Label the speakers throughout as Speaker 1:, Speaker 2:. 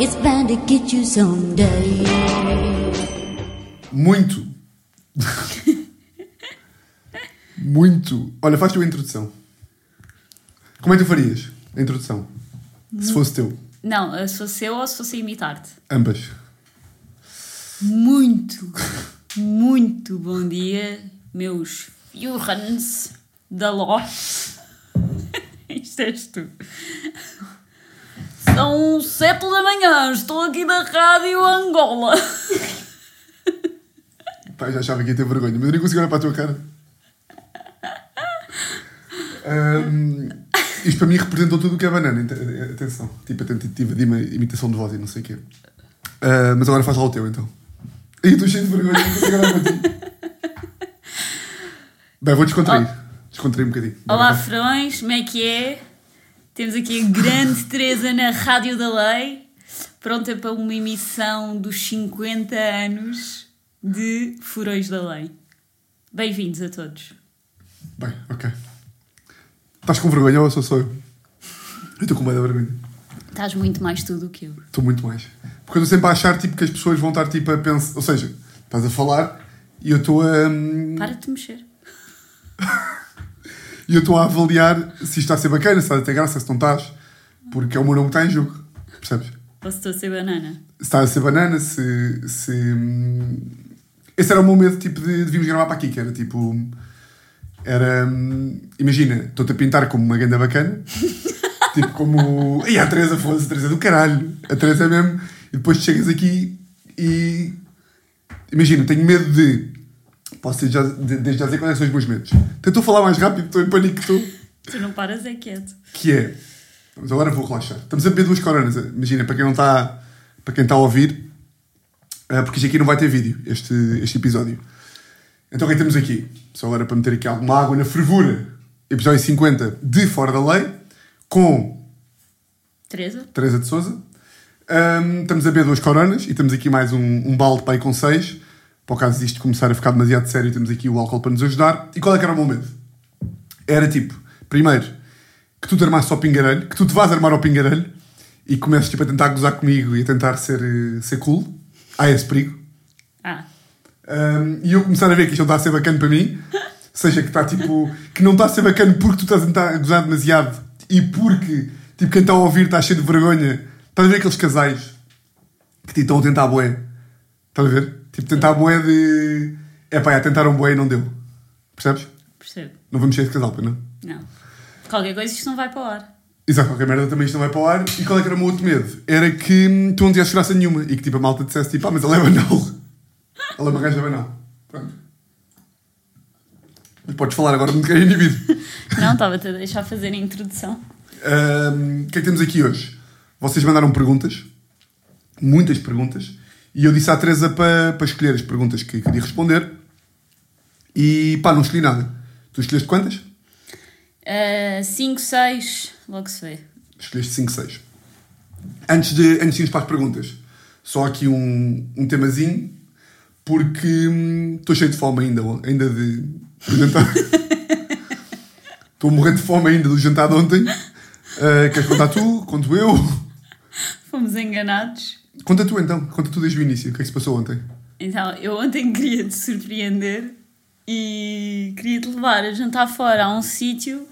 Speaker 1: oh, to get you someday.
Speaker 2: Muito. Muito. Olha, faz tu a introdução. Como é que tu farias a introdução? Se fosse teu.
Speaker 3: Não, eh, se fosse eu ou se fosse imitar-te.
Speaker 2: Ambas.
Speaker 3: Muito, muito bom dia, meus Jurgens da Ló. Isto és tu. São sete da manhã, estou aqui na Rádio Angola.
Speaker 2: Pá, eu já achava que ia ter vergonha, mas eu nem consigo olhar para a tua cara. Ahm, isto para mim representou tudo o que é banana, ent- atenção. Tipo a tentativa de ima- imitação de voz e não sei o quê. Ah, mas agora faz lá o teu então. Ih, estou cheio de vergonha, não consigo olhar para ti. Bem, vou descontrair. Descontrair um bocadinho. Vai,
Speaker 3: Olá,
Speaker 2: vai.
Speaker 3: Frões, como é que é? Temos aqui a grande Teresa na Rádio da Lei, pronta para uma emissão dos 50 anos de Furões da Lei. Bem-vindos a todos.
Speaker 2: Bem, ok. Estás com vergonha ou sou só eu? Eu estou com medo da vergonha.
Speaker 3: Estás muito mais tu do que eu.
Speaker 2: Estou muito mais. Porque eu estou sempre a achar tipo, que as pessoas vão estar tipo, a pensar. Ou seja, estás a falar e eu estou a. hum,
Speaker 3: Para de te mexer.
Speaker 2: E eu estou a avaliar se isto está a ser bacana, se está a ter graça, se não estás. Porque é o meu nome que está em jogo. Percebes?
Speaker 3: Ou se estou a ser banana.
Speaker 2: Se está a ser banana, se. se hum, Esse era o meu medo tipo, de devíamos gravar para aqui, que era tipo. Era. hum, Imagina, estou-te a pintar como uma ganda bacana. tipo como. E a Teresa foda-se, a Teresa é do caralho. A Teresa é mesmo. E depois chegas aqui e. Imagina, tenho medo de. Posso dizer já, de, de já dizer quais é são os meus medos. Tentou falar mais rápido, estou em pânico, estou
Speaker 3: Tu não paras, é quieto.
Speaker 2: que é. Mas agora vou relaxar. Estamos a beber duas coronas. Imagina, para quem não está. Para quem está a ouvir, eh, porque isto aqui não vai ter vídeo, este, este episódio. Então o que é que temos aqui? Só agora para meter aqui alguma água na fervura. Episódio 50 de Fora da Lei, com
Speaker 3: Teresa?
Speaker 2: Teresa de Souza. estamos a beber duas coronas e temos aqui mais um, um balde para ir com seis. Para o caso disto começar a ficar demasiado sério, temos aqui o álcool para nos ajudar. E qual é que era o meu medo? Era tipo, primeiro, que tu te armasses ao pingarelho, que tu te vás armar ao pingarelho e comeces tipo, a tentar gozar comigo e a tentar ser, eh, ser cool. Há esse perigo.
Speaker 3: Ah,
Speaker 2: Um, e eu começar a ver que isto não está a ser bacana para mim, seja que está tipo, que não está a ser bacana porque tu estás a tentar gozar demasiado e porque, tipo, quem está a ouvir está cheio de vergonha. Estás a ver aqueles casais que te estão a tentar boé? Estás a ver? Tipo, tentar boé de. É pá, é, tentaram boé e não deu. Percebes?
Speaker 3: percebo.
Speaker 2: Não vamos cheio de casal, pois não?
Speaker 3: Não. Qualquer coisa isto não vai para o ar.
Speaker 2: Exato, qualquer merda também isto não vai para o ar. E qual é que era o meu outro medo? Era que hum, tu não tivesses graça nenhuma e que tipo a malta dissesse tipo, ah, mas ela é banal. Ela é uma gaja banal. Pronto. Mas podes falar agora, não te quero inibir.
Speaker 3: Não, estava-te a deixar fazer a introdução.
Speaker 2: Hum, O que é que temos aqui hoje? Vocês mandaram perguntas, muitas perguntas, e eu disse à Teresa para para escolher as perguntas que queria responder. E pá, não escolhi nada. Tu escolheste quantas?
Speaker 3: 5, 6, Ah, logo se vê.
Speaker 2: Escolheste 5, 6. Antes de, antes de irmos para as perguntas, só aqui um, um temazinho, porque hum, estou cheio de fome ainda, ainda de, do jantar. Estou morrendo de fome ainda do jantar de ontem. Ah, queres contar tu? Conto eu?
Speaker 3: Fomos enganados.
Speaker 2: Conta tu então, conta tu desde o início, o que é que se passou ontem?
Speaker 3: Então, eu ontem queria te surpreender e queria te levar a jantar fora a um sítio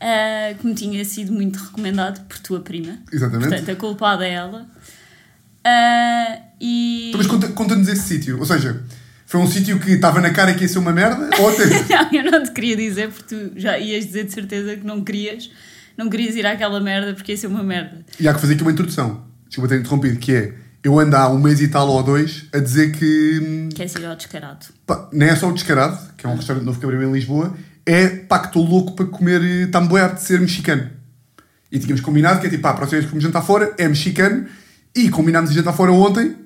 Speaker 3: ah, que me tinha sido muito recomendado por tua prima.
Speaker 2: Exatamente.
Speaker 3: Portanto, a culpada é ela. Ah, e.
Speaker 2: Então, mas conta- conta-nos esse sítio, ou seja, foi um sítio que estava na cara que ia ser uma merda, ou até...
Speaker 3: Não, eu não te queria dizer porque tu já ias dizer de certeza que não querias. Não querias ir àquela merda porque ia ser uma merda.
Speaker 2: E há que fazer aqui uma introdução, desculpa ter interrompido, que é, eu ando há um mês e tal ou dois a dizer que... hum,
Speaker 3: Quer ser ao descarado.
Speaker 2: Pá, não é só o Descarado, que é um restaurante novo que abriu em Lisboa, é pá, que estou louco para comer tamboé de ser mexicano. E tínhamos combinado que é tipo, pá, a próxima vez que fomos jantar fora é mexicano, e combinámos de jantar fora ontem,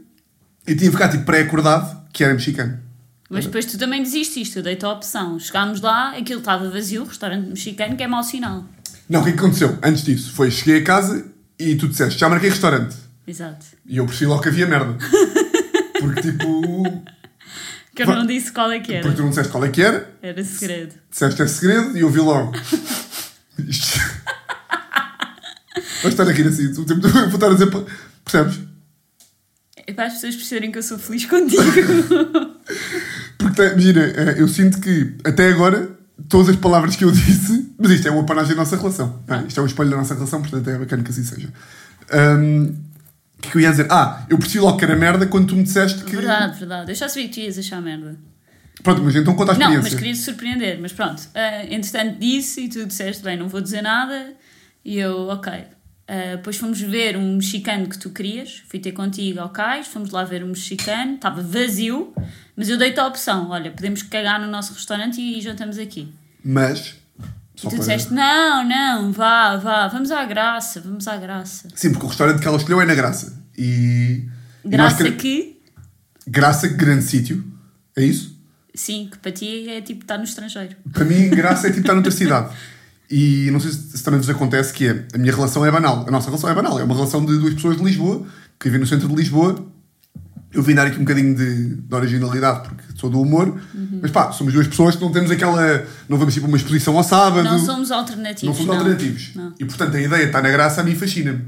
Speaker 2: e tinha ficado tipo pré-acordado que era mexicano.
Speaker 3: Mas depois tu também desististe, eu dei-te a opção. Chegámos lá, aquilo estava vazio, restaurante mexicano, que é mau sinal.
Speaker 2: Não, o que é que aconteceu? Antes disso, foi cheguei a casa e tu disseste, já marquei restaurante.
Speaker 3: Exato.
Speaker 2: E eu percebi logo que havia merda. Porque tipo.
Speaker 3: Que eu
Speaker 2: Va-
Speaker 3: não disse qual é que era.
Speaker 2: Porque tu não disseste qual é que era,
Speaker 3: Era segredo.
Speaker 2: disseste é segredo e eu vi logo. Isto. Vais estar a rir assim, o tempo todo, eu vou estar a dizer. pa- Percebes?
Speaker 3: É para as pessoas perceberem que eu sou feliz contigo.
Speaker 2: Porque, tá- imagina, eh, eu sinto que até agora todas as palavras que eu disse, mas isto é uma panagem da nossa relação. não é? Isto é um espelho da nossa relação, portanto é bacana que assim seja. Ahm, O que, é que eu ia dizer? Ah, eu percebi logo que era merda quando tu me disseste que.
Speaker 3: verdade, verdade. Eu já sabia que tu ias achar merda.
Speaker 2: Pronto, mas então conta a
Speaker 3: Não,
Speaker 2: experiência.
Speaker 3: mas queria te surpreender. Mas pronto, ah, entretanto disse e tu disseste, bem, não vou dizer nada. E eu, ok. Ah, depois fomos ver um mexicano que tu querias. Fui ter contigo ao cais, fomos lá ver um mexicano. Estava vazio, mas eu dei-te a opção. Olha, podemos cagar no nosso restaurante e jantamos aqui.
Speaker 2: Mas.
Speaker 3: E
Speaker 2: só
Speaker 3: tu
Speaker 2: para-
Speaker 3: disseste, não, não, vá, vá, vamos à graça, vamos à graça.
Speaker 2: Sim, porque o restaurante que ela escolheu é na Graça. E. e nós
Speaker 3: Graça
Speaker 2: quere-
Speaker 3: que,
Speaker 2: Graça, grande sítio. É isso?
Speaker 3: sim, que para ti é tipo estar no estrangeiro.
Speaker 2: Para mim, graça é tipo estar noutra cidade. E não sei se, se também vos acontece que é, a minha relação é banal. A nossa relação é banal. É uma relação de duas pessoas de Lisboa, que vivem no centro de Lisboa. Eu vim dar aqui um bocadinho de, de originalidade, porque sou do humor.
Speaker 3: Uhum.
Speaker 2: Mas pá, somos duas pessoas que não temos aquela... Não vamos tipo uma exposição ao sábado.
Speaker 3: Não somos alternativos.
Speaker 2: não somos alternativos.
Speaker 3: não.
Speaker 2: E portanto, a ideia de estar na graça a mim fascina-me.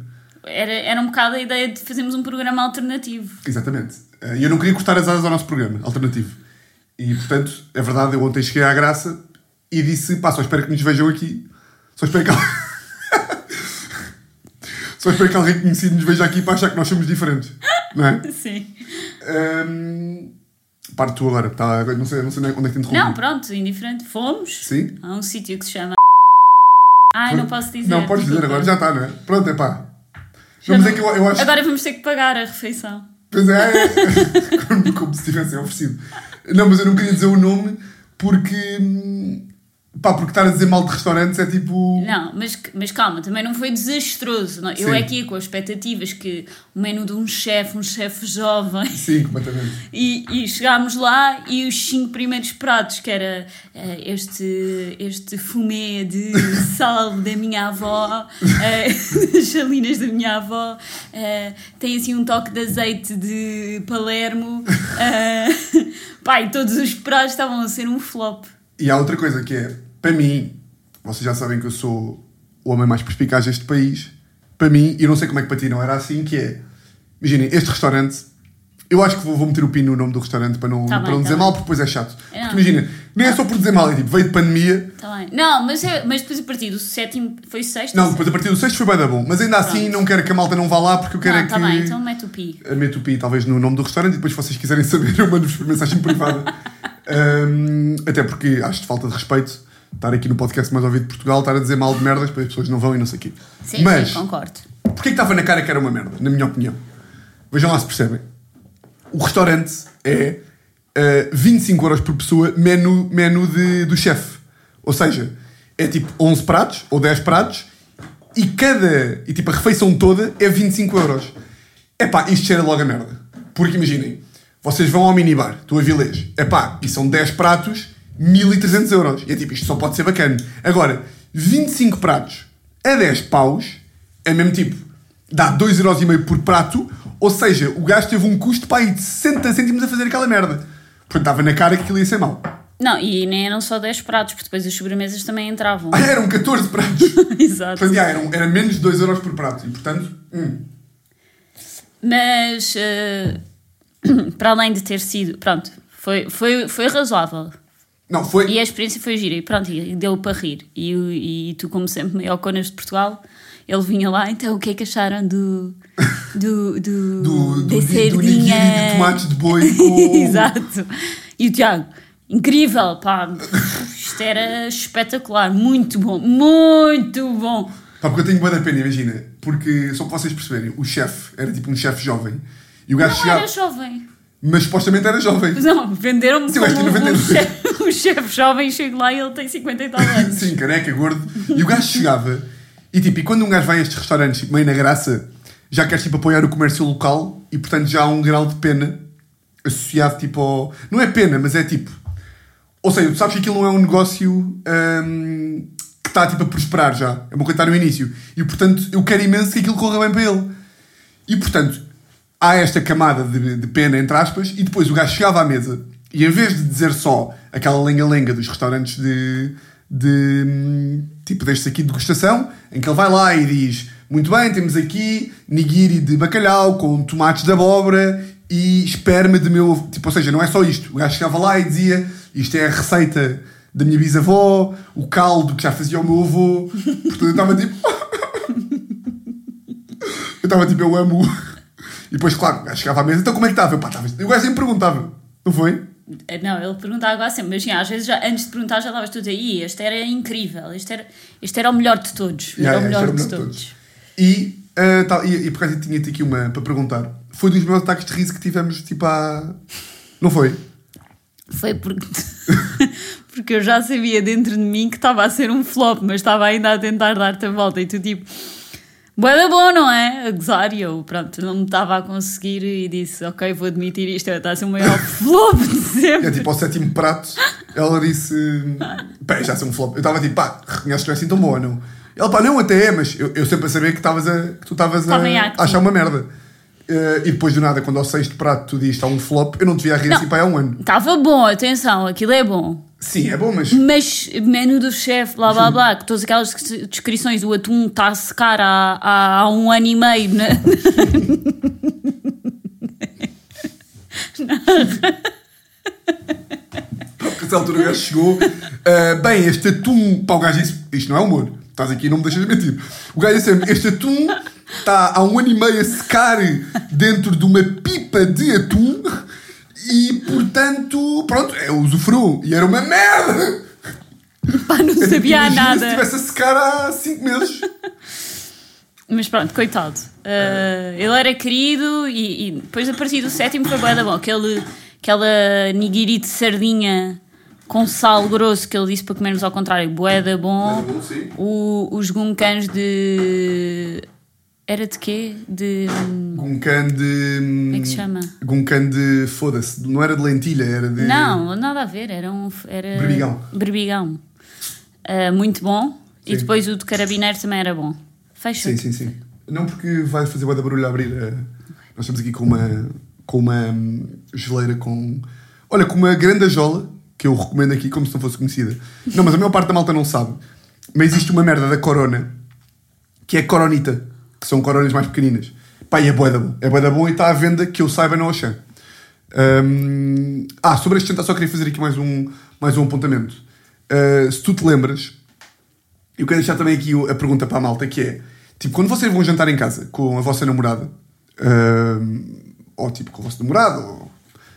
Speaker 3: Era, era um bocado a ideia de fazermos um programa alternativo.
Speaker 2: Exatamente. Eh, E eu não queria cortar as asas ao nosso programa, alternativo. E, portanto, é verdade, eu ontem cheguei à graça e disse, pá, só espero que nos vejam aqui. Só espero que... al- só espero que alguém conhecido nos veja aqui para achar que nós somos diferentes. Não é?
Speaker 3: Sim.
Speaker 2: Ehm, Parte tu agora, tá, agora não, sei, não sei onde é que te interrompi.
Speaker 3: Não, pronto, indiferente. Fomos
Speaker 2: Sim.
Speaker 3: a um sítio que se chama. Ai, não posso dizer.
Speaker 2: Não, podes dizer
Speaker 3: desculpa.
Speaker 2: agora, já está, não é? Pronto, é pá.
Speaker 3: Já
Speaker 2: Não, mas
Speaker 3: não-
Speaker 2: é que eu, eu acho...
Speaker 3: Agora vamos ter que pagar a refeição.
Speaker 2: Pois é, é. como, como se tivessem oferecido. Não, mas eu não queria dizer o nome porque. hum, Pá, porque estar a dizer mal de restaurantes é tipo.
Speaker 3: Não, mas, mas calma, também não foi desastroso. Não, eu
Speaker 2: Sim.
Speaker 3: é que ia com as expectativas que o menu de um chefe, um chefe jovem.
Speaker 2: Sim, completamente.
Speaker 3: E, e chegámos lá e os cinco primeiros pratos, que era eh, este, este fumê de sal da minha avó, eh, das salinas da minha avó, eh, tem assim um toque de azeite de Palermo. eh, pá, e todos os pratos estavam a ser um flop.
Speaker 2: E há outra coisa que é, para mim, vocês já sabem que eu sou o homem mais perspicaz deste país. Para mim, e eu não sei como é que para ti não era assim, que é. Imaginem, este restaurante. Eu acho que vou, vou meter o pino no nome do restaurante para não,
Speaker 3: Tá
Speaker 2: para
Speaker 3: bem,
Speaker 2: não
Speaker 3: tá
Speaker 2: dizer
Speaker 3: bem.
Speaker 2: mal, porque depois é chato.
Speaker 3: Não.
Speaker 2: Porque imagina, nem é só por dizer mal, é tipo, veio de pandemia,
Speaker 3: Tá bem. Não, mas, eu- mas depois a partir do sétimo, foi o sexto?
Speaker 2: Não, depois a partir do sexto foi bem da bom, mas ainda assim não quero que a malta não vá lá porque eu quero é
Speaker 3: não
Speaker 2: que.
Speaker 3: tá bem, então mete o pi.
Speaker 2: A meto o pi, talvez no nome do restaurante e depois se vocês quiserem saber, eu mando-vos por mensagem privada. Hum, até porque acho de falta de respeito estar aqui no podcast mais ouvido de Portugal, estar a dizer mal de merdas para as pessoas não vão e não sei o quê.
Speaker 3: Sim,
Speaker 2: mas
Speaker 3: sim, concordo.
Speaker 2: porquê que estava na cara que era uma merda, na minha opinião? Vejam lá se percebem. O restaurante é eh, 25 euros por pessoa, menu, menu de, do chefe. Ou seja, é tipo 11 pratos ou 10 pratos e cada. e tipo a refeição toda é 25 euros. Epá, isto cheira logo a merda. Porque imaginem, vocês vão ao minibar, tu a Vilês, epá, e são 10 pratos, 1300 euros. E é tipo, isto só pode ser bacana. Agora, 25 pratos a 10 paus é mesmo tipo dá 2,5€ por prato, ou seja, o gajo teve um custo pá, aí de 60 cêntimos a fazer aquela merda. Portanto, estava na cara que aquilo ia ser mau.
Speaker 3: Não, e nem eram só 10 pratos, porque depois as sobremesas também entravam.
Speaker 2: Ah, eram 14 pratos.
Speaker 3: Exato.
Speaker 2: Portanto, já, eram, era menos de 2 euros por prato. E, portanto, hum,
Speaker 3: Mas eh, para além de ter sido, pronto, foi, foi, foi razoável.
Speaker 2: não, foi...
Speaker 3: E é a experiência foi gira, e pronto, e deu para rir. E, o- e tu, como sempre, meio conas de Portugal, ele vinha lá, então o que é que acharam do. do. do.
Speaker 2: Do, do,
Speaker 3: da
Speaker 2: ni- do nigiri de tomates de boi com...
Speaker 3: Exato. E o Tiago, incrível, pá, isto era espetacular, muito bom, muito bom.
Speaker 2: Pá, porque eu tenho boa da pena, imagina. Porque, só para vocês perceberem, o chefe era tipo um chefe jovem. E o gajo
Speaker 3: Não
Speaker 2: chegava...
Speaker 3: era jovem.
Speaker 2: Mas supostamente era jovem.
Speaker 3: Não, venderam-me
Speaker 2: Sim,
Speaker 3: como
Speaker 2: mas tu não
Speaker 3: um
Speaker 2: vendes.
Speaker 3: chefe, um chefe jovem, chego lá e ele tem 50 e tal anos.
Speaker 2: Sim, careca, gordo. E o gajo chegava e tipo, e quando um gajo vai a estes restaurantes tipo, meio na graça, já queres tipo apoiar o comércio local e portanto já há um grau de pena associado tipo ao... Não é pena, mas é tipo... Ou seja, tu sabes que aquilo não é um negócio hum, que está tipo a prosperar já. É uma coisa que está no início. E portanto eu quero imenso que aquilo corra bem para ele. E portanto, há esta camada de, de pena, entre aspas, e depois o gajo chegava à mesa e em vez de dizer só aquela lenga-lenga dos restaurantes de, de, hum, tipo deste aqui de degustação, em que ele vai lá e diz: Muito bem, temos aqui nigiri de bacalhau com tomates de abóbora e esperma de meu. Tipo, ou seja, não é só isto. O gajo chegava lá e dizia: Isto é a receita da minha bisavó, o caldo que já fazia o meu avô. Portanto, eu estava tipo. eu estava tipo, eu amo. E depois, claro, o gajo chegava à mesa: Então como é que estava? Eu, pá, estava. E o gajo sempre perguntava: Não foi?
Speaker 3: Eh, Não, ele perguntava agora sempre, mas sim, às vezes já, antes de perguntar já estavas tudo aí, este era incrível, este era, este era o melhor de todos.
Speaker 2: Yeah,
Speaker 3: era o
Speaker 2: yeah,
Speaker 3: melhor
Speaker 2: este
Speaker 3: de
Speaker 2: era o melhor de
Speaker 3: todos.
Speaker 2: E, ah, tal, e, e por acaso eu tinha-te aqui uma para perguntar. Foi dos meus ataques de riso que tivemos, tipo, há... Não foi?
Speaker 3: Foi porque, porque eu já sabia dentro de mim que estava a ser um flop, mas estava ainda a tentar dar-te a volta e tu tipo, bué da bom, não é? A gozar e eu, pronto, não me estava a conseguir e disse, ok, vou admitir isto, é, está a ser o maior flop de sempre.
Speaker 2: É tipo, ao sétimo prato, ela disse... Pá, já sei um flop. Eu estava tipo, pá, reconheces que não é assim tão bom ou não? Ela, pá, não, até é, mas eu, eu sempre a saber que, estavas a, que tu estavas a,
Speaker 3: Estava em acting.
Speaker 2: a achar uma merda. Ah, e depois do nada, quando ao sexto prato tu dizes, está um flop, eu não te via a rir
Speaker 3: Não.
Speaker 2: assim, pá, há um ano.
Speaker 3: Estava bom, atenção, aquilo é bom.
Speaker 2: Sim, é bom, mas...
Speaker 3: Mas menu do chefe, blá blá
Speaker 2: Uhum.
Speaker 3: blá, que todas aquelas des- descrições do atum está a secar há, há, há um ano e meio na,
Speaker 2: Porque essa altura o gajo chegou. ah, bem, este atum. Pá, o gajo disse: Isto não é humor. Estás aqui e não me deixas mentir. O gajo disse sempre: Este atum está há um ano e meio a secar dentro de uma pipa de atum e, portanto, pronto, é usufru. E era uma merda!
Speaker 3: pá, não sabia
Speaker 2: Imagina Se
Speaker 3: nada.
Speaker 2: estivesse a secar há 5 meses.
Speaker 3: Mas pronto, coitado. Uh,
Speaker 2: É.
Speaker 3: ele era querido e, e depois a partir do sétimo foi bué da bom. Aquele, aquela nigiri de sardinha com sal grosso que ele disse para comermos ao contrário, bué da bom.
Speaker 2: Bué da bom, sim.
Speaker 3: O- os guncans de... Era de quê? De... hum,
Speaker 2: Guncan um de. hum,
Speaker 3: Como é que se chama?
Speaker 2: Guncan de. Foda-se. Não era de lentilha, era de.
Speaker 3: Não, nada a ver, era um. Era
Speaker 2: Berbigão.
Speaker 3: Berbigão. Ah, muito bom. E
Speaker 2: Sim.
Speaker 3: depois o de carabineiro também era bom. Fecha.
Speaker 2: Sim, sim, sim. Não porque vai fazer bué de barulho a abrir. a- Nós estamos aqui com uma, com uma hum, geleira com. Olha, com uma grande ajola, que eu recomendo aqui como se não fosse conhecida. Não, mas a maior parte da malta não sabe. Mas existe uma merda da Corona, que é Coronita, que são coronas mais pequeninas. Pá, e é bué da bom. É bué da bom e está à venda, que eu saiba, na Auchan. Hum, ah, sobre este jantar só queria fazer aqui mais um, mais um apontamento. Uh, se tu te lembras, eu quero deixar também aqui o- a pergunta para a malta, que é, tipo, quando vocês vão jantar em casa com a vossa namorada, hum, ou tipo, com o vosso namorado, ou...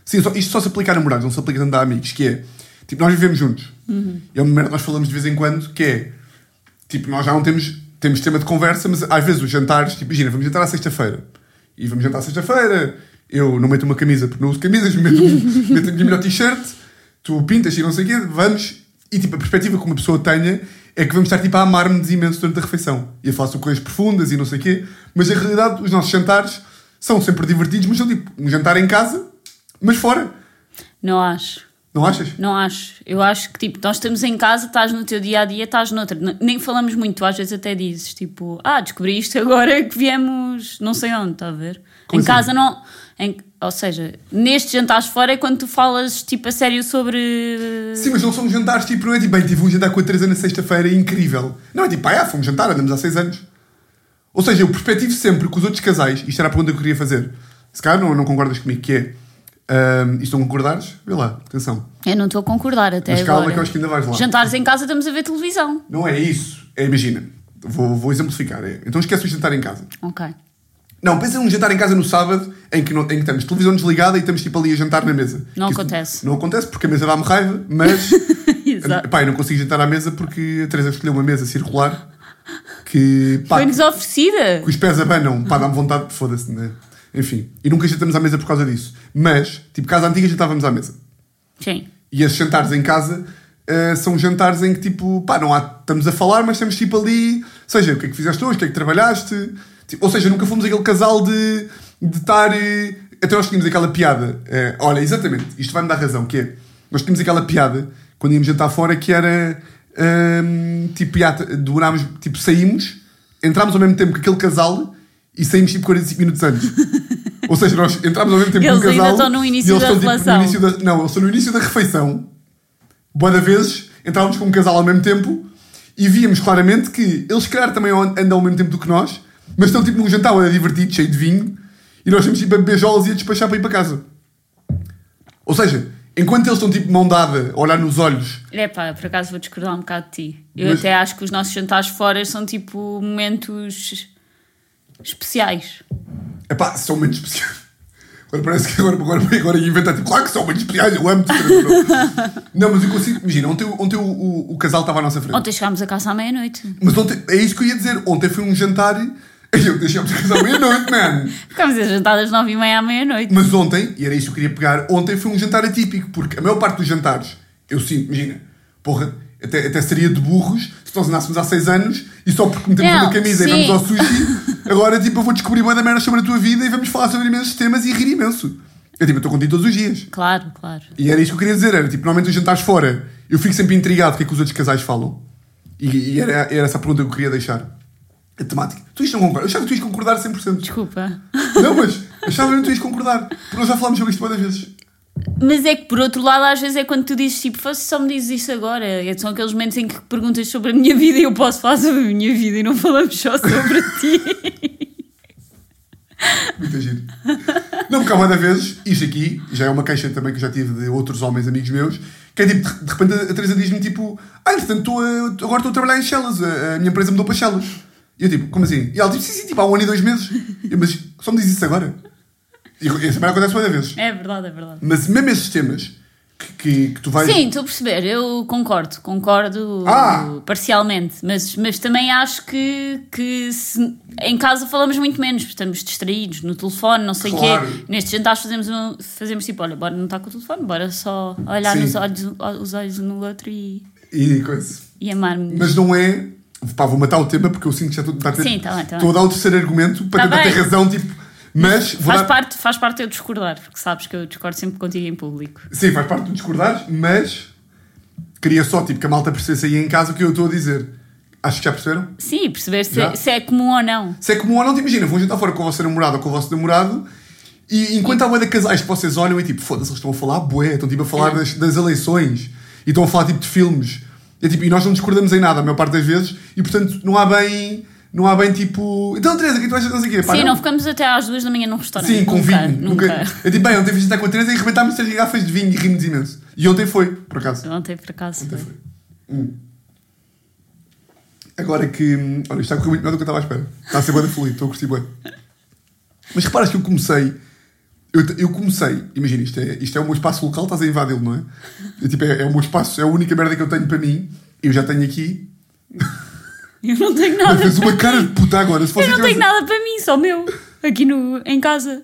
Speaker 2: Sim, só- isto só se aplica a namorados, não se aplica tanto a amigos, que é, tipo, nós vivemos juntos. E é uma merda que nós falamos de vez em quando, que é, tipo, nós já não temos, temos tema de conversa, mas às vezes os jantares, tipo, imagina, vamos jantar à sexta-feira. E vamos jantar à sexta-feira. Eu não meto uma camisa porque não uso camisas, meto, meto a minha melhor t-shirt, tu pintas e não sei o quê, vamos. E tipo, a perspectiva que uma pessoa tenha é que vamos estar tipo a amar-nos imenso durante a refeição e a falar sobre coisas profundas e não sei o quê. Mas na realidade, os nossos jantares são sempre divertidos, mas são tipo um jantar em casa, mas fora.
Speaker 3: Não acho.
Speaker 2: Não achas?
Speaker 3: Não acho. Eu acho que tipo, nós estamos em casa, estás no teu dia a dia, estás noutra. N- Nem falamos muito, às vezes até dizes tipo, ah, descobri isto agora que viemos não sei onde, está a ver?
Speaker 2: Como
Speaker 3: em
Speaker 2: assim?
Speaker 3: casa não. em- ou seja, neste jantares fora é quando tu falas tipo a sério sobre.
Speaker 2: Sim, mas não são jantares tipo, não é tipo, bem, tive um jantar com a Teresa na sexta-feira, é incrível. Não, é tipo, pá, ah, fomos jantar, andamos há seis anos. Ou seja, eu perspectivo sempre que os outros casais, isto era a pergunta que eu queria fazer, se calhar não, não concordas comigo, que é, ahm, isto não concordares? Vê lá, atenção.
Speaker 3: Eu não estou a concordar até
Speaker 2: Mas calma
Speaker 3: agora.
Speaker 2: que eu acho que ainda vais lá.
Speaker 3: Jantares em casa estamos a ver televisão.
Speaker 2: Não é isso. É, imagina, vou, vou exemplificar. é, então esquece o jantar em casa.
Speaker 3: Ok.
Speaker 2: Não, pensa num jantar em casa no sábado em que, não, em que estamos televisão desligada e estamos tipo ali a jantar na mesa.
Speaker 3: Não
Speaker 2: Que isso
Speaker 3: acontece.
Speaker 2: Não acontece porque a mesa dá-me raiva, mas.
Speaker 3: Exato.
Speaker 2: Pá, eu não consigo jantar à mesa porque a Teresa escolheu uma mesa circular que, pá,
Speaker 3: Foi-nos
Speaker 2: que
Speaker 3: oferecida.
Speaker 2: os pés abanam, pá, dá-me vontade de foda-se, né? Enfim, e nunca jantamos à mesa por causa disso. Mas, tipo, casa antiga jantávamos à mesa.
Speaker 3: Sim.
Speaker 2: E esses jantares em casa eh, são jantares em que, tipo, pá, não há, estamos a falar, mas estamos tipo ali, ou seja, o que é que fizeste hoje, o que é que trabalhaste, Tipo, ou seja, nunca fomos aquele casal de, de estar. eh, até nós tínhamos aquela piada, eh, olha, exatamente, isto vai-me dar razão, que é, nós tínhamos aquela piada quando íamos jantar fora que era ehm, tipo, já, demorámos, tipo, saímos, entrámos ao mesmo tempo que aquele casal. E saímos tipo 45 minutos antes. Ou seja, nós entrámos ao mesmo tempo que um
Speaker 3: Eles
Speaker 2: casal.
Speaker 3: ainda estão no
Speaker 2: e
Speaker 3: início
Speaker 2: eles
Speaker 3: da
Speaker 2: estão, tipo,
Speaker 3: relação.
Speaker 2: no início da- não, eles estão no início da refeição. Boa da vezes entrávamos com um casal ao mesmo tempo e víamos claramente que eles, se calhar, também andam ao mesmo tempo do que nós, mas estão tipo num jantar, olha, divertido, cheio de vinho. E E nós temos tipo a beijá-los e a despachar para ir para casa. Ou seja, enquanto eles estão tipo mão dada, a olhar nos olhos,
Speaker 3: É pá, por acaso vou discordar um bocado de ti. Eu
Speaker 2: Mas-
Speaker 3: até acho que os nossos jantares fora são tipo momentos especiais.
Speaker 2: epá, são muito especiais. Agora parece que agora, agora, agora ia inventar, tipo, claro que são muito especiais, eu amo-te. não, mas eu consigo, imagina, ontem, ontem o, o- o casal estava à nossa frente.
Speaker 3: Ontem chegámos a casa à meia-noite.
Speaker 2: Mas ontem, é isso que eu ia dizer, ontem foi um jantar e eu deixei-me casar meia-noite, man.
Speaker 3: Ficámos a jantar das nove e meia à meia-noite.
Speaker 2: Mas ontem, e era isto que eu queria pegar, ontem foi um jantar atípico, porque a maior parte dos jantares, eu sinto, imagina, porra, até, até seria de burros se nós andássemos há 6 anos e só porque metemos
Speaker 3: Não,
Speaker 2: uma camisa
Speaker 3: sim.
Speaker 2: e vamos ao sushi, agora tipo eu vou descobrir boa da merda sobre a tua vida e vamos falar sobre imensos temas e rir imenso. Eu tipo, eu estou contigo todos os dias.
Speaker 3: Claro, claro.
Speaker 2: E era isto que eu queria dizer, era tipo, normalmente os jantares fora, eu fico sempre intrigado o que é que os outros casais falam. E, e era, era essa a pergunta que eu queria deixar. A temática. Tu isto não concordas? Eu achava que tu ias concordar 100%.
Speaker 3: Desculpa.
Speaker 2: Não, mas achava que tu ias concordar. Porque nós já falámos sobre isto várias vezes.
Speaker 3: Mas é que por outro lado, às vezes é quando tu dizes tipo, fosse só me dizes isto agora. É- São aqueles momentos em que perguntas sobre a minha vida e eu posso falar sobre a minha vida e não falamos só sobre ti.
Speaker 2: Muito giro. Não, porque há uma vezes, isto aqui, já é uma queixa também que eu já tive de outros homens amigos meus, que é tipo, de, de repente a Teresa diz-me tipo, ah, entretanto, estou a- agora estou a trabalhar em Shellas, a, a minha empresa mudou para Shellas. E eu tipo, como assim? E ela tipo, sim, sim, tipo, há um ano e dois meses. Eu, mas só me diz isso agora. E isso também acontece várias vezes.
Speaker 3: É verdade, é verdade.
Speaker 2: Mas mesmo esses temas que, que, que tu vais...
Speaker 3: Sim, estou a perceber, eu concordo, concordo
Speaker 2: Ah!
Speaker 3: parcialmente, mas, mas também acho que, que se- em casa falamos muito menos, estamos distraídos no telefone, não sei o quê.
Speaker 2: Claro.
Speaker 3: Nestes jantares fazemos, um- fazemos tipo, olha, bora não estar com o telefone, bora só olhar
Speaker 2: Sim.
Speaker 3: nos olhos, os olhos um no outro e,
Speaker 2: E coisa.
Speaker 3: e amar-me.
Speaker 2: Mas não é... Pá, vou matar o tema porque eu sinto que já estou a ter-
Speaker 3: Sim, tá bem, tá bem.
Speaker 2: estou a dar o terceiro argumento para
Speaker 3: Tá
Speaker 2: tentar
Speaker 3: bem.
Speaker 2: ter razão, tipo... Mas vou
Speaker 3: Faz
Speaker 2: dar...
Speaker 3: parte, faz parte eu discordar, porque sabes que eu discordo sempre contigo em público.
Speaker 2: Sim, faz parte de discordares, mas queria só tipo, que a malta percebesse aí em casa o que eu estou a dizer. Acho que já perceberam?
Speaker 3: Sim, perceber se,
Speaker 2: Já?
Speaker 3: se é comum ou não.
Speaker 2: Se é comum ou não, te imagina, vão jantar fora com a vossa namorada ou com o vosso namorado e enquanto há bué de casais que vocês olham e tipo, foda-se, eles estão a falar bué, estão tipo a falar
Speaker 3: É.
Speaker 2: das, das eleições e estão a falar tipo de filmes. E, tipo, e nós não discordamos em nada, a maior parte das vezes, e portanto não há bem, não há bem tipo, então Teresa, o que é que tu achas? Não sei o quê. Pá,
Speaker 3: Sim, não. ficamos até às duas da manhã num restaurante.
Speaker 2: Sim, com
Speaker 3: nunca,
Speaker 2: vinho.
Speaker 3: Nunca.
Speaker 2: Eu tipo, bem, ontem fiz jantar com a Teresa e arrebentámos três garrafas de vinho e rimos imenso. E ontem foi, por acaso.
Speaker 3: Ontem, por acaso.
Speaker 2: Até
Speaker 3: foi.
Speaker 2: foi. Hum. Agora que. hum, Olha, isto está a correr muito melhor do que eu estava à espera. Está a ser boa fluido, estou a curtir bem. Mas reparas que eu comecei. Eu, te- eu comecei, imagina, isto é, isto é o meu espaço local, estás a invadi-lo, não é? É, tipo, é? é o meu espaço, é a única merda que eu tenho para mim. Eu já tenho aqui.
Speaker 3: Eu não tenho nada.
Speaker 2: Mas fez
Speaker 3: para
Speaker 2: uma cara de
Speaker 3: mim.
Speaker 2: puta agora. Se
Speaker 3: Eu
Speaker 2: fosse
Speaker 3: não tenho nada para mim, só meu. Aqui no, em casa.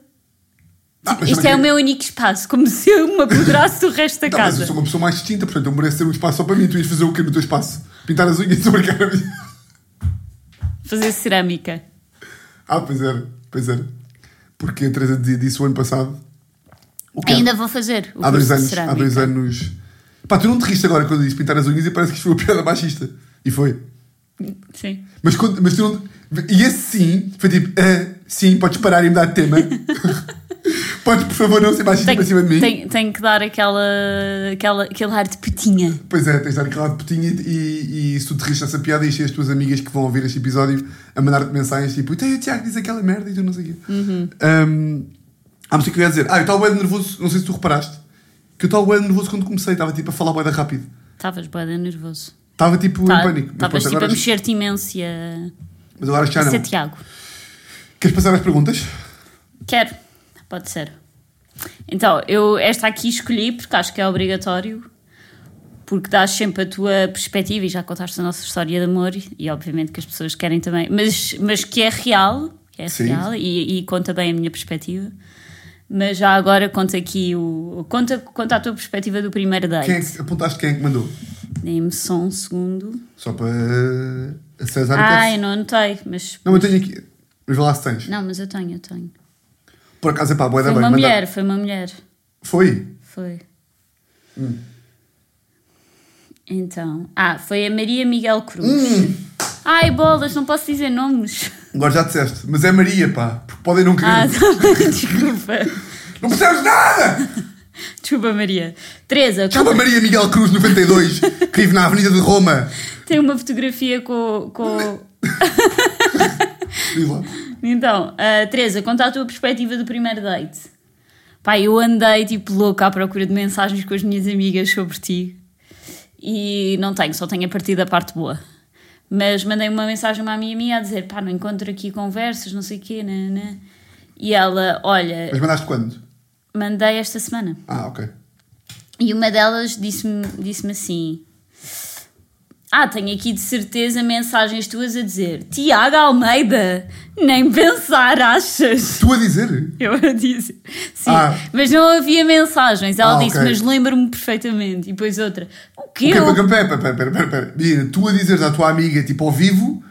Speaker 2: Ah, mas
Speaker 3: Isto
Speaker 2: também-
Speaker 3: é o meu único espaço, como se eu me apoderasse do resto da
Speaker 2: Não, mas eu
Speaker 3: casa.
Speaker 2: sou uma pessoa mais distinta, portanto eu mereço ter um espaço só para mim. Tu ias fazer o quê no teu espaço? Pintar as unhas e marcar a minha.
Speaker 3: Fazer cerâmica.
Speaker 2: Ah, pois era, pois era. Porque a Teresa dizia disso o ano passado. O quê?
Speaker 3: Ainda vou fazer. O
Speaker 2: há dois
Speaker 3: curso de
Speaker 2: anos, há
Speaker 3: cerâmica.
Speaker 2: dois anos. Pá, tu não te riste agora quando eu disse pintar as unhas e parece que isto foi uma piada machista. E foi.
Speaker 3: Sim.
Speaker 2: Mas, quando, mas tu não. E esse sim, foi tipo, ah, sim, podes parar e mudar de tema. podes, por favor, não ser machista
Speaker 3: Tenho,
Speaker 2: para cima de mim.
Speaker 3: tenho- tenho que dar aquela, aquela, aquele ar de putinha.
Speaker 2: Pois é, tens de dar aquela de putinha e, e, e se tu te riste dessa piada, enche as tuas amigas que vão ouvir este episódio a mandar-te mensagens tipo, "Então, o Tiago diz aquela merda e tu não sei o quê.
Speaker 3: Uhum.
Speaker 2: Um, há uma coisa que eu ia dizer. Ah, eu estava bué de nervoso, não sei se tu reparaste, que eu estava bué de nervoso quando comecei, estava tipo a falar bué da rápido.
Speaker 3: Estavas boada nervoso.
Speaker 2: Estava tipo em
Speaker 3: Tá-
Speaker 2: pânico. Mas,
Speaker 3: Estavas
Speaker 2: pronto,
Speaker 3: tipo a
Speaker 2: agora,
Speaker 3: mexer-te imenso e a.
Speaker 2: mas agora acho que já
Speaker 3: a ser
Speaker 2: não.
Speaker 3: Tiago.
Speaker 2: Queres passar às perguntas?
Speaker 3: Quero, pode ser. Então, eu esta aqui escolhi porque acho que é obrigatório, porque dás sempre a tua perspectiva e já contaste a nossa história de amor, e obviamente que as pessoas querem também, mas, mas que é real, que é
Speaker 2: Sim.
Speaker 3: real e, e conta bem a minha perspectiva. Mas já agora conta aqui o. Conta, conta a tua perspectiva do primeiro date.
Speaker 2: Quem é que, apontaste quem é que mandou?
Speaker 3: Dê-me só um segundo.
Speaker 2: Só para a César
Speaker 3: Ah,
Speaker 2: Ai,
Speaker 3: eu não anotei, mas.
Speaker 2: não. eu tenho aqui. Mas vê lá se tens.
Speaker 3: Não, mas eu tenho, eu tenho.
Speaker 2: Por acaso é pá, boé da
Speaker 3: Foi
Speaker 2: bem.
Speaker 3: uma
Speaker 2: mandar-
Speaker 3: mulher, foi uma mulher.
Speaker 2: Foi?
Speaker 3: Foi. Então. Ah, foi a Maria Miguel Cruz. Ai, bolas, não posso dizer nomes.
Speaker 2: Agora já disseste, mas é Maria, pá, porque podem não querer.
Speaker 3: Ah, tá bem, desculpa.
Speaker 2: Não percebes nada!
Speaker 3: Desculpa, Maria. Teresa,
Speaker 2: Chama Maria Miguel Cruz, 92, que vive na Avenida de Roma.
Speaker 3: tem uma fotografia com. com...
Speaker 2: Diz lá.
Speaker 3: Então, ah, Teresa, conta a tua perspectiva do primeiro date. Pá, eu andei tipo louca à procura de mensagens com as minhas amigas sobre ti e não tenho, só tenho a partir da parte boa. Mas mandei uma mensagem a uma amiga minha a dizer: pá, não encontro aqui conversas, não sei o quê, né, né. E ela, olha,
Speaker 2: Mas mandaste quando?
Speaker 3: mandei esta semana.
Speaker 2: Ah, ok.
Speaker 3: E uma delas disse-me disse assim: Ah, tenho aqui de certeza mensagens tuas a dizer: Tiago Almeida, nem pensar, achas?
Speaker 2: Tu a dizer?
Speaker 3: Eu a disse. Sim,
Speaker 2: Ah.
Speaker 3: mas não havia mensagens. Ela
Speaker 2: Ah,
Speaker 3: disse,
Speaker 2: ok.
Speaker 3: mas lembro-me perfeitamente. E depois outra: O quê?
Speaker 2: Ok,
Speaker 3: Eu-
Speaker 2: pera, pera, pera, pera, pera, pera. Menina, tu a dizeres à tua amiga, tipo, ao vivo.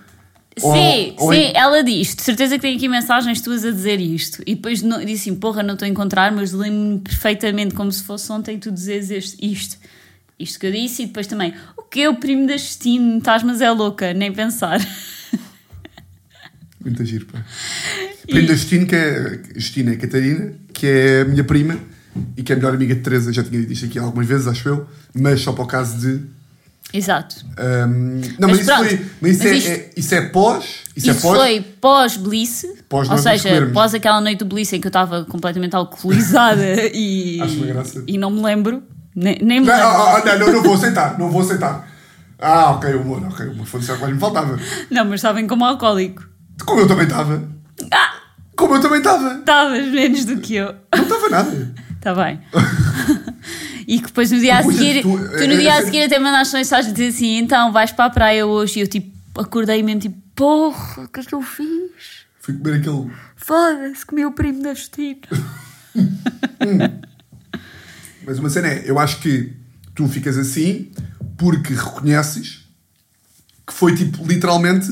Speaker 2: ou-
Speaker 3: Sim,
Speaker 2: ou
Speaker 3: sim,
Speaker 2: em-
Speaker 3: ela diz: De certeza que tenho aqui mensagens tuas a dizer isto. E depois no- disse assim: Porra, não estou a encontrar, mas lembro-me perfeitamente como se fosse ontem tu dizes este- isto. Isto que eu disse, e depois também: O que é o primo da Justine? Estás, mas é louca, nem pensar.
Speaker 2: Muito giro, pá. Primo
Speaker 3: E-
Speaker 2: da Justina, que é, Justina é Catarina, que é a minha prima e que é a melhor amiga de Teresa. Já tinha dito isto aqui algumas vezes, acho eu, mas só para o caso de.
Speaker 3: Exato.
Speaker 2: hum, não,
Speaker 3: Mas
Speaker 2: mas, isso
Speaker 3: pronto,
Speaker 2: foi. Mas isso,
Speaker 3: mas
Speaker 2: é,
Speaker 3: isto-
Speaker 2: é- isso é pós. Isso,
Speaker 3: Isso,
Speaker 2: é pós.
Speaker 3: foi pós-Blice,
Speaker 2: Pós
Speaker 3: ou
Speaker 2: nós nos
Speaker 3: seja,
Speaker 2: comermos.
Speaker 3: pós aquela noite do Blice em que eu estava completamente alcoolizada e,
Speaker 2: Acho uma graça.
Speaker 3: e não me lembro. Nem, nem me
Speaker 2: Não,
Speaker 3: lembro.
Speaker 2: ah, ah, não, não, não vou aceitar, não vou aceitar. Ah, ok, humor, ok, humor. Foi só quase me faltava.
Speaker 3: Não, mas estava em como alcoólico.
Speaker 2: Como eu também estava.
Speaker 3: Ah!
Speaker 2: Como eu também estava.
Speaker 3: Estavas menos do que eu.
Speaker 2: Não estava nada.
Speaker 3: Está bem. e que depois no dia a
Speaker 2: Coisa,
Speaker 3: seguir, tu,
Speaker 2: tu-
Speaker 3: no
Speaker 2: é-
Speaker 3: dia
Speaker 2: é-
Speaker 3: a seguir até mandaste mensagem dizer assim: então vais para a praia hoje. E eu tipo, acordei mesmo tipo, porra, o que é que eu fiz?
Speaker 2: Fui comer aquele.
Speaker 3: Foda-se, comi o primo da Justina.
Speaker 2: Mas uma cena é, eu acho que tu ficas assim porque reconheces que foi tipo, literalmente,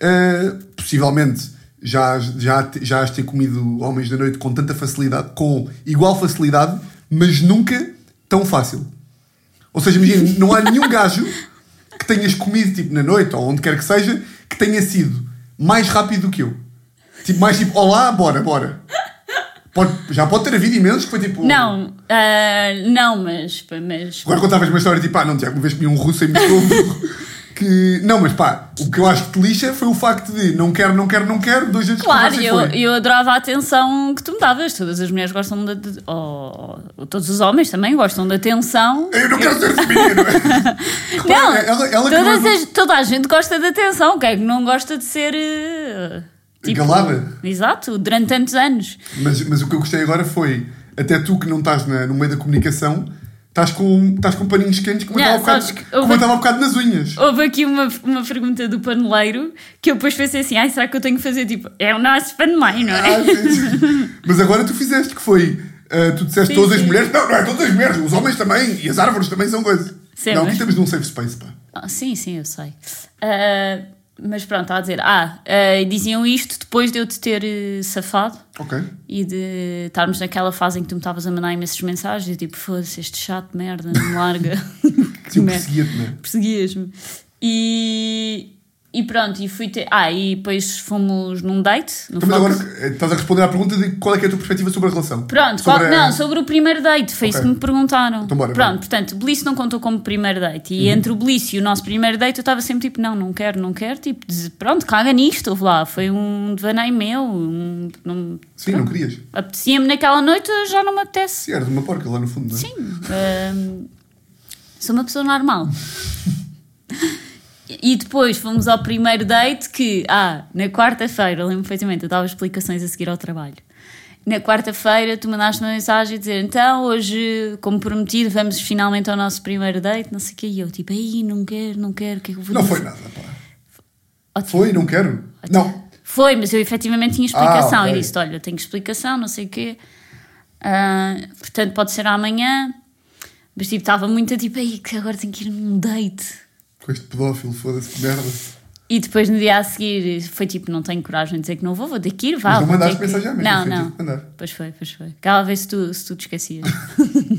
Speaker 2: eh, possivelmente já, já, já has ter comido homens da noite com tanta facilidade, com igual facilidade, mas nunca tão fácil. Ou seja, imagina, não há nenhum gajo que tenhas comido tipo na noite ou onde quer que seja que tenha sido mais rápido do que eu. Tipo, mais tipo, olá, bora, bora. Pode- já pode ter havido imensos que foi tipo.
Speaker 3: Não, ah, não, mas. mas
Speaker 2: Agora contavas uma história tipo, pá, não, Tiago, uma vez comi um russo em Moscou. que... Não, mas pá, o que eu acho que te lixa foi o facto de não quero, não quero, não quero, dois dias de
Speaker 3: Claro,
Speaker 2: conversa e
Speaker 3: eu,
Speaker 2: foi.
Speaker 3: eu adorava a atenção que tu me davas. Todas as mulheres gostam de. de- ou- ou todos os homens também gostam de atenção.
Speaker 2: Eu não quero ser feminino.
Speaker 3: Não,
Speaker 2: É ela- ela que
Speaker 3: todas
Speaker 2: não é
Speaker 3: as- toda a gente gosta de atenção. Quem é que não gosta de ser. eh,
Speaker 2: Galada.
Speaker 3: Exato, durante tantos anos.
Speaker 2: mas, mas o que eu gostei agora foi, até tu que não estás na- no meio da comunicação, estás com, estás com paninhos quentes como eu
Speaker 3: Não,
Speaker 2: estava há
Speaker 3: sabes
Speaker 2: bocado-
Speaker 3: que eu
Speaker 2: como
Speaker 3: vou-
Speaker 2: eu estava há bocado nas unhas.
Speaker 3: Houve aqui uma, uma pergunta do paneleiro que eu depois pensei assim: ai, será que eu tenho que fazer? Tipo, é o nosso paneleiro, não é?
Speaker 2: Ah, sim. mas agora tu fizeste que foi. ah, tu disseste
Speaker 3: Sim,
Speaker 2: todas as
Speaker 3: sim.
Speaker 2: mulheres. Não, não é todas as mulheres. Os homens também. E as árvores também são coisas.
Speaker 3: Sim,
Speaker 2: não, é
Speaker 3: mas-
Speaker 2: aqui estamos num um safe space, pá.
Speaker 3: Ah, sim, sim, eu sei. Ah, mas pronto, está a dizer: ah, ah, e diziam isto depois de eu te ter eh, safado.
Speaker 2: Ok.
Speaker 3: E de estarmos naquela fase em que tu me estavas a mandar imensas mensagens, e tipo, foda-se, este chato de merda, não me larga. Que
Speaker 2: Sim,
Speaker 3: merda.
Speaker 2: perseguia-te, né?
Speaker 3: Perseguias-me. E, e pronto, e fui ter. Ah, e depois fomos num date. No
Speaker 2: Então, mas
Speaker 3: Fox.
Speaker 2: agora eh, estás a responder à pergunta de qual é, que é a tua perspectiva sobre a relação.
Speaker 3: Pronto,
Speaker 2: Sobre
Speaker 3: qual-
Speaker 2: a-
Speaker 3: não, sobre o primeiro date, foi
Speaker 2: Ok.
Speaker 3: isso que me perguntaram.
Speaker 2: Então bora, Uhum.
Speaker 3: Pronto,
Speaker 2: bora.
Speaker 3: portanto, o Bliss não contou como primeiro date. E entre o Bliss e o nosso primeiro date, eu estava sempre tipo, não, não quero, não quero. Tipo, diz- pronto, caga nisto, ouve lá. Foi um devaneio meu. Um, não,
Speaker 2: Sim, não querias.
Speaker 3: apetecia-me naquela noite, já não me apetece.
Speaker 2: Sim, eras uma porca lá no fundo, não é?
Speaker 3: Sim. hum, sou uma pessoa normal. E depois fomos ao primeiro date que, ah, na quarta-feira, lembro perfeitamente, eu dava explicações a seguir ao trabalho. Na quarta-feira tu mandaste uma mensagem a dizer então hoje, como prometido, vamos finalmente ao nosso primeiro date, não sei o quê. E eu tipo, aí não quero, não quero, o que é que eu vou
Speaker 2: Não
Speaker 3: dizer?"
Speaker 2: foi nada, pá.
Speaker 3: Ótimo.
Speaker 2: Foi, não quero. Não.
Speaker 3: Foi, mas eu efetivamente tinha explicação.
Speaker 2: Ah, ok.
Speaker 3: E disse: Olha, eu tenho explicação, não sei o quê. Ah, portanto, pode ser amanhã. Mas tipo, estava muito tipo, aí que agora tenho que ir num date.
Speaker 2: Com este pedófilo, foda-se, que merda.
Speaker 3: E depois no dia a seguir foi tipo, não tenho coragem de dizer que não vou, vou ter que ir,
Speaker 2: Mas
Speaker 3: vá.
Speaker 2: não
Speaker 3: vou ter
Speaker 2: mandaste
Speaker 3: que ir.
Speaker 2: mensagem à mesma,
Speaker 3: Não,
Speaker 2: foi,
Speaker 3: não.
Speaker 2: tipo, mandar.
Speaker 3: Pois foi, pois foi. Aquela vez se tu, se tu te esquecias.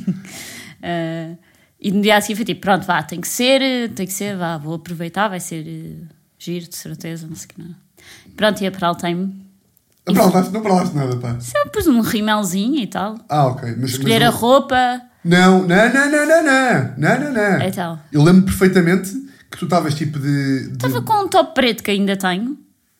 Speaker 3: Ah, e no dia a seguir foi tipo, pronto, vá, tem que ser, eh, tem que ser, vá, vou aproveitar, vai ser eh, giro, de certeza, não sei o que não. Pronto, ia para Altheim.
Speaker 2: Ah, Não falaste, não falaste nada, pá.
Speaker 3: Só pus um rimelzinho e tal.
Speaker 2: Ah, ok. Mas, mas
Speaker 3: Escolher
Speaker 2: não-
Speaker 3: a roupa.
Speaker 2: Não, não, não, não, não, não. Não, não, não.
Speaker 3: Então.
Speaker 2: Eu lembro perfeitamente que tu estavas tipo de. de
Speaker 3: Estava com um top preto que ainda tenho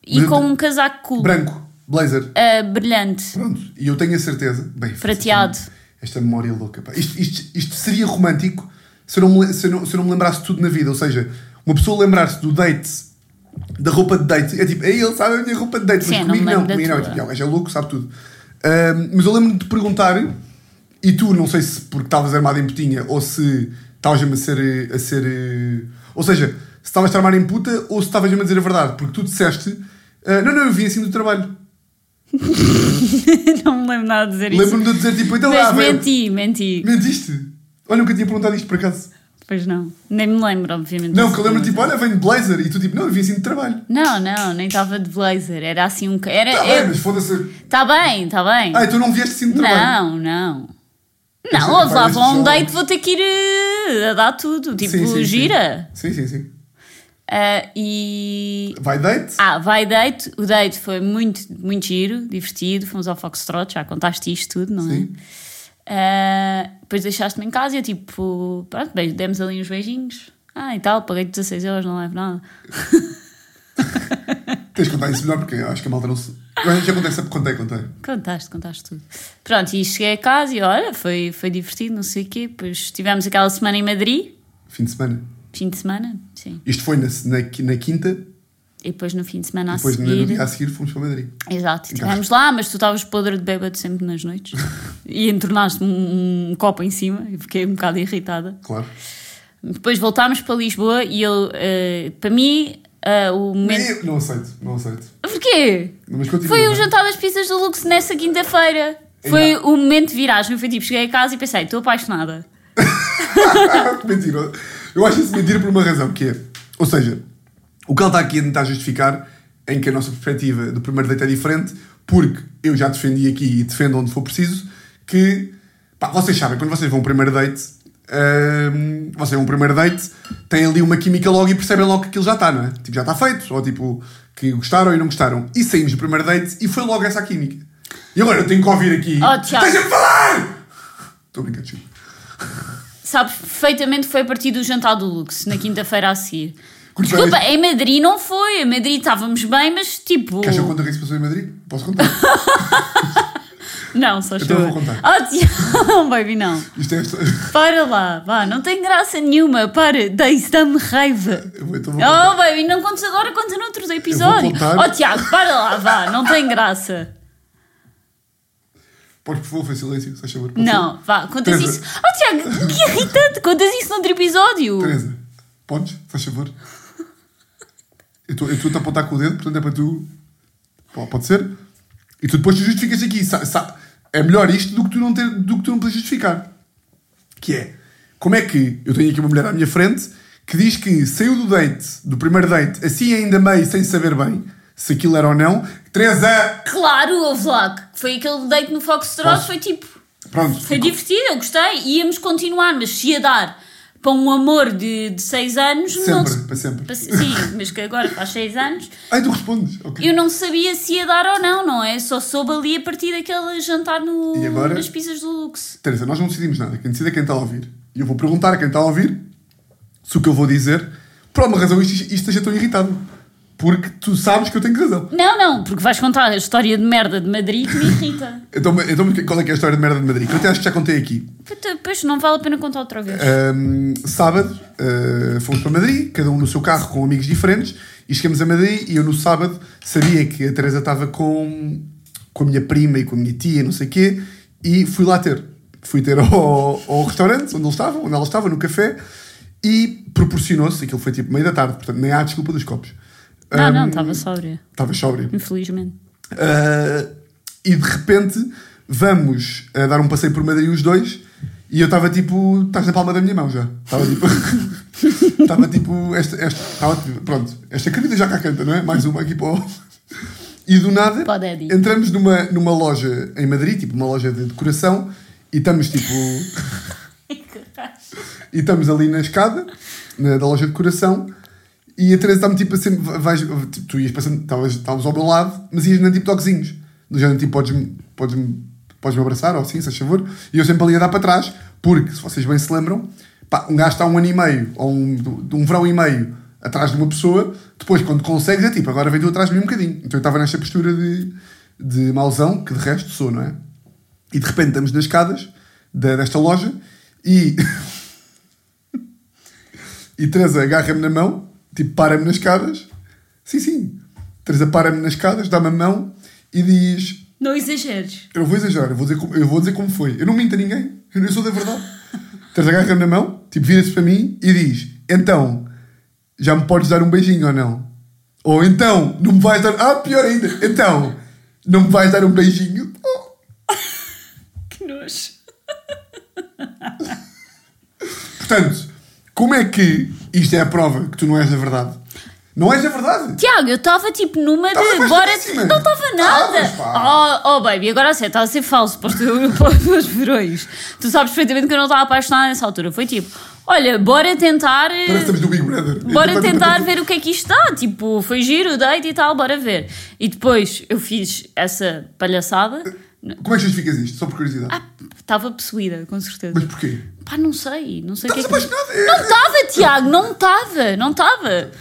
Speaker 3: e
Speaker 2: Mas eu
Speaker 3: com
Speaker 2: te-
Speaker 3: um casaco cool.
Speaker 2: branco. Blazer.
Speaker 3: Ah, brilhante.
Speaker 2: Pronto, e eu tenho a certeza. Bem,
Speaker 3: Prateado.
Speaker 2: Esta memória é louca. Pá. Isto, isto, isto seria romântico se eu, não me, le- se, eu não, se eu não me lembrasse de tudo na vida. Ou seja, uma pessoa lembrar-se do date, da roupa de date, é tipo, "Ei, ele sabe a minha roupa de date,
Speaker 3: Sim,
Speaker 2: mas
Speaker 3: não
Speaker 2: comigo
Speaker 3: me
Speaker 2: não.
Speaker 3: lembro da
Speaker 2: comigo não. É
Speaker 3: tua.
Speaker 2: tipo, "Ah, o gajo é louco, sabe tudo. Ahm, mas eu lembro-me de perguntar, e tu, não sei se porque estavas armado em putinha ou se estavas-me a ser, a ser. eh, Ou seja, se estavas-te a armar em puta ou se estavas-me a dizer a verdade, porque tu disseste, "Ah, não, não, eu vim assim do trabalho.
Speaker 3: não me lembro nada de dizer isso.
Speaker 2: Lembro-me de eu dizer tipo, então
Speaker 3: Mas
Speaker 2: ah, vai-
Speaker 3: menti, menti.
Speaker 2: Mentiste? Olha, nunca tinha perguntado isto por acaso.
Speaker 3: Pois não. Nem me lembro, obviamente.
Speaker 2: Não,
Speaker 3: dessa
Speaker 2: que eu lembro tipo,
Speaker 3: pergunta.
Speaker 2: olha, venho de blazer. E tu tipo, não, eu vim assim de trabalho.
Speaker 3: Não, não, nem estava de blazer. Era assim um. ca- Era,
Speaker 2: Tá
Speaker 3: eu-
Speaker 2: bem, mas foda-se.
Speaker 3: Tá bem, tá bem.
Speaker 2: Ah, então não vieste assim de trabalho.
Speaker 3: Não, não.
Speaker 2: Mas
Speaker 3: Não, ouve lá,
Speaker 2: várias
Speaker 3: vou a um
Speaker 2: pessoas-
Speaker 3: date, vou ter que ir eh, a dar tudo. Tipo,
Speaker 2: Sim, sim, sim.
Speaker 3: gira.
Speaker 2: Sim, sim, sim.
Speaker 3: Ah, e.
Speaker 2: Vai date?
Speaker 3: Ah, vai date. O date foi muito, muito giro, divertido. Fomos ao Foxtrot, já contaste isto tudo, não é?
Speaker 2: Sim.
Speaker 3: Ah, depois deixaste-me em casa e eu tipo, pronto, bem, demos ali uns beijinhos. Ah, e tal, paguei 16 euros, não levo nada. Ah.
Speaker 2: Tens de contar isso melhor porque eu acho que a malta não se. Eu já contei, sempre contei, contei.
Speaker 3: Contaste, contaste tudo. Pronto, e cheguei a casa e olha, foi, foi divertido, não sei o quê. Depois tivemos aquela semana em Madrid,
Speaker 2: Fim de semana.
Speaker 3: fim de semana, sim.
Speaker 2: Isto foi na, na, qui- na quinta,
Speaker 3: E depois no fim de semana a
Speaker 2: depois no
Speaker 3: seguir.
Speaker 2: no dia a seguir fomos para Madrid.
Speaker 3: Exato,
Speaker 2: Em casa.
Speaker 3: estivemos lá, mas tu estavas podre de bêbado sempre nas noites e entornaste-me um, um copo em cima e fiquei um bocado irritada.
Speaker 2: Claro.
Speaker 3: Depois voltámos para Lisboa e eu, eh, para mim, eh, o momento.
Speaker 2: Eu não aceito, não aceito.
Speaker 3: Porquê?
Speaker 2: Mas continua. é?
Speaker 3: Foi o
Speaker 2: vai.
Speaker 3: jantar das pizzas do Luxo nessa quinta-feira.
Speaker 2: Ainda.
Speaker 3: Foi o momento de viragem. Foi tipo, cheguei a casa e pensei, estou apaixonada.
Speaker 2: mentira. Eu acho isso mentira por uma razão, que é. Ou seja, o que ele está aqui a tentar justificar em que a nossa perspectiva do primeiro date é diferente, porque eu já defendi aqui e defendo onde for preciso, que pá, vocês sabem, quando vocês vão a um primeiro date, hum, vocês vão a um primeiro date, têm ali uma química logo e percebem logo que aquilo já está, não é? Tipo, já está feito, ou tipo, que gostaram e não gostaram. E saímos do primeiro date e foi logo essa a química. E agora eu tenho que ouvir aqui.
Speaker 3: Oh, Tiago.
Speaker 2: Deixa-me falar! Estou brincando, Chico.
Speaker 3: Sabes perfeitamente que foi a partir do jantar do Luxo, na quinta-feira a seguir.
Speaker 2: Curto
Speaker 3: Desculpa,
Speaker 2: bem.
Speaker 3: em Madrid não foi. Em Madrid estávamos bem, mas tipo.
Speaker 2: Queres que eu conte o que é que se passou em Madrid? Posso contar?
Speaker 3: Não, só estou.
Speaker 2: Então eu vou contar.
Speaker 3: Oh, Tiago, baby, não.
Speaker 2: Isto é esta.
Speaker 3: Para lá, vá, não tem graça nenhuma. Para, dei dá-me raiva.
Speaker 2: Eu vou- então vou contar.
Speaker 3: Oh, baby, não contes agora, conta noutros episódios.
Speaker 2: contar.
Speaker 3: Oh, Tiago, para lá, vá, não tem graça.
Speaker 2: Podes, por favor, fazer silêncio, se faz favor. Pode
Speaker 3: Não,
Speaker 2: ser?
Speaker 3: vá, contas
Speaker 2: Teresa.
Speaker 3: isso. Oh, Tiago, que irritante! Contas isso noutro episódio.
Speaker 2: Teresa, podes, se faz favor. Eu estou a apontar com o dedo, portanto é para tu. Pô, Pode ser? E tu depois te justificas aqui. Sa- sa- É melhor isto do que tu não, ter, do que tu não podes justificar. Que é, como é que eu tenho aqui uma mulher à minha frente que diz que saiu do date, do primeiro date, assim ainda meio, sem saber bem se aquilo era ou não. Teresa!
Speaker 3: Claro, houve lá. que Foi aquele date no Foxtrot,
Speaker 2: Posso?
Speaker 3: foi tipo.
Speaker 2: Pronto.
Speaker 3: Foi divertido, eu gostei. Íamos continuar, mas se ia dar para um amor de 6 anos, não.
Speaker 2: Sempre, para sempre.
Speaker 3: Para- Sim, mas que agora faz 6 anos.
Speaker 2: Ai, tu respondes. ok.
Speaker 3: Eu não sabia se ia dar ou não, não é? Só soube ali a partir daquele jantar no,
Speaker 2: E agora?
Speaker 3: nas pizzas do Lux.
Speaker 2: Teresa, nós não decidimos nada. Quem decide é quem está a ouvir. E eu vou perguntar a quem está a ouvir se o que eu vou dizer, por alguma razão, isto, isto esteja tão irritado. Porque tu sabes que eu tenho razão.
Speaker 3: Não, não, porque vais contar a história de merda de Madrid que me irrita.
Speaker 2: Então, então qual é que é a história de merda de Madrid? Que eu até acho que já contei aqui.
Speaker 3: Puta, Pois não vale a pena contar outra vez.
Speaker 2: Eh, Ahm, sábado, ah, fomos para Madrid, cada um no seu carro com amigos diferentes, e chegamos a Madrid. E eu, no sábado, sabia que a Teresa estava com, com a minha prima e com a minha tia, não sei o quê, e fui lá ter. Fui ter ao, ao restaurante onde eles estavam, onde ela estava, no café, e proporcionou-se. Aquilo foi tipo meio da tarde, portanto, nem há desculpa dos copos.
Speaker 3: não,
Speaker 2: um,
Speaker 3: não, estava sóbria,
Speaker 2: Estava sóbrio.
Speaker 3: infelizmente.
Speaker 2: Uh, e de repente vamos a dar um passeio por Madrid os dois e eu estava tipo, estás na palma da minha mão já. Estava tipo, estava tipo, esta, esta, estava, tipo, pronto, esta querida já cá canta, não é? Mais uma aqui para o... E do nada
Speaker 3: Para o Daddy.
Speaker 2: entramos numa, numa loja em Madrid, tipo uma loja de decoração, e estamos tipo. E estamos ali na escada na- da loja de coração e a Teresa está-me tipo assim, vais, tipo, tu ias passando, estavas estavas ao meu lado, mas ias na tipo toquezinhos. Do género tipo, podes-me podes podes abraçar ou assim, se faz favor. E eu sempre ali a dar para trás, porque se vocês bem se lembram, pá, um gajo está um ano e meio, ou um, de um verão e meio atrás de uma pessoa, depois quando consegues é tipo, agora vem tu atrás de mim um bocadinho. Então eu estava nesta postura de de mauzão, que de resto sou, não é? E de repente estamos nas escadas da- desta loja e. e Teresa agarra-me na mão, tipo, para-me nas escadas. Sim, sim. Teresa para-me nas escadas, dá-me a mão e diz:
Speaker 3: Não exageres.
Speaker 2: eu não vou exagerar, eu vou dizer como, eu vou dizer como foi. Eu não minto a ninguém, eu não sou da verdade. Tens agarra-me na mão, tipo, vira-se para mim e diz: Então, já me podes dar um beijinho ou não? Ou então, não me vais dar. Ah, pior ainda, então, não me vais dar um beijinho? Oh,
Speaker 3: Que nojo.
Speaker 2: Portanto, como é que isto é a prova que tu não és da verdade? Não és da verdade?
Speaker 3: Tiago, eu estava tipo numa de.
Speaker 2: Tava
Speaker 3: Bora.
Speaker 2: bastante,
Speaker 3: Não estava
Speaker 2: mano. Tavas,
Speaker 3: nada.
Speaker 2: pá.
Speaker 3: Oh, oh, baby, agora sei, estava a ser falso para os teus- para os meus verões. Tu sabes perfeitamente que eu não estava apaixonada nessa altura. Foi tipo: olha, bora tentar. eh,
Speaker 2: Parece que estamos no Big Brother. Então, tá
Speaker 3: Bora tentar ver o que é que isto dá. Tipo, foi giro o date e tal, bora ver. E depois eu fiz essa palhaçada.
Speaker 2: Como é que justificas isto? Só por curiosidade.
Speaker 3: Ah, estava possuída, com certeza.
Speaker 2: Mas porquê?
Speaker 3: Pá, não sei. Não sei o que é
Speaker 2: Estavas
Speaker 3: que.
Speaker 2: apaixonado? É-
Speaker 3: Não estava, Tiago, não estava, não estava.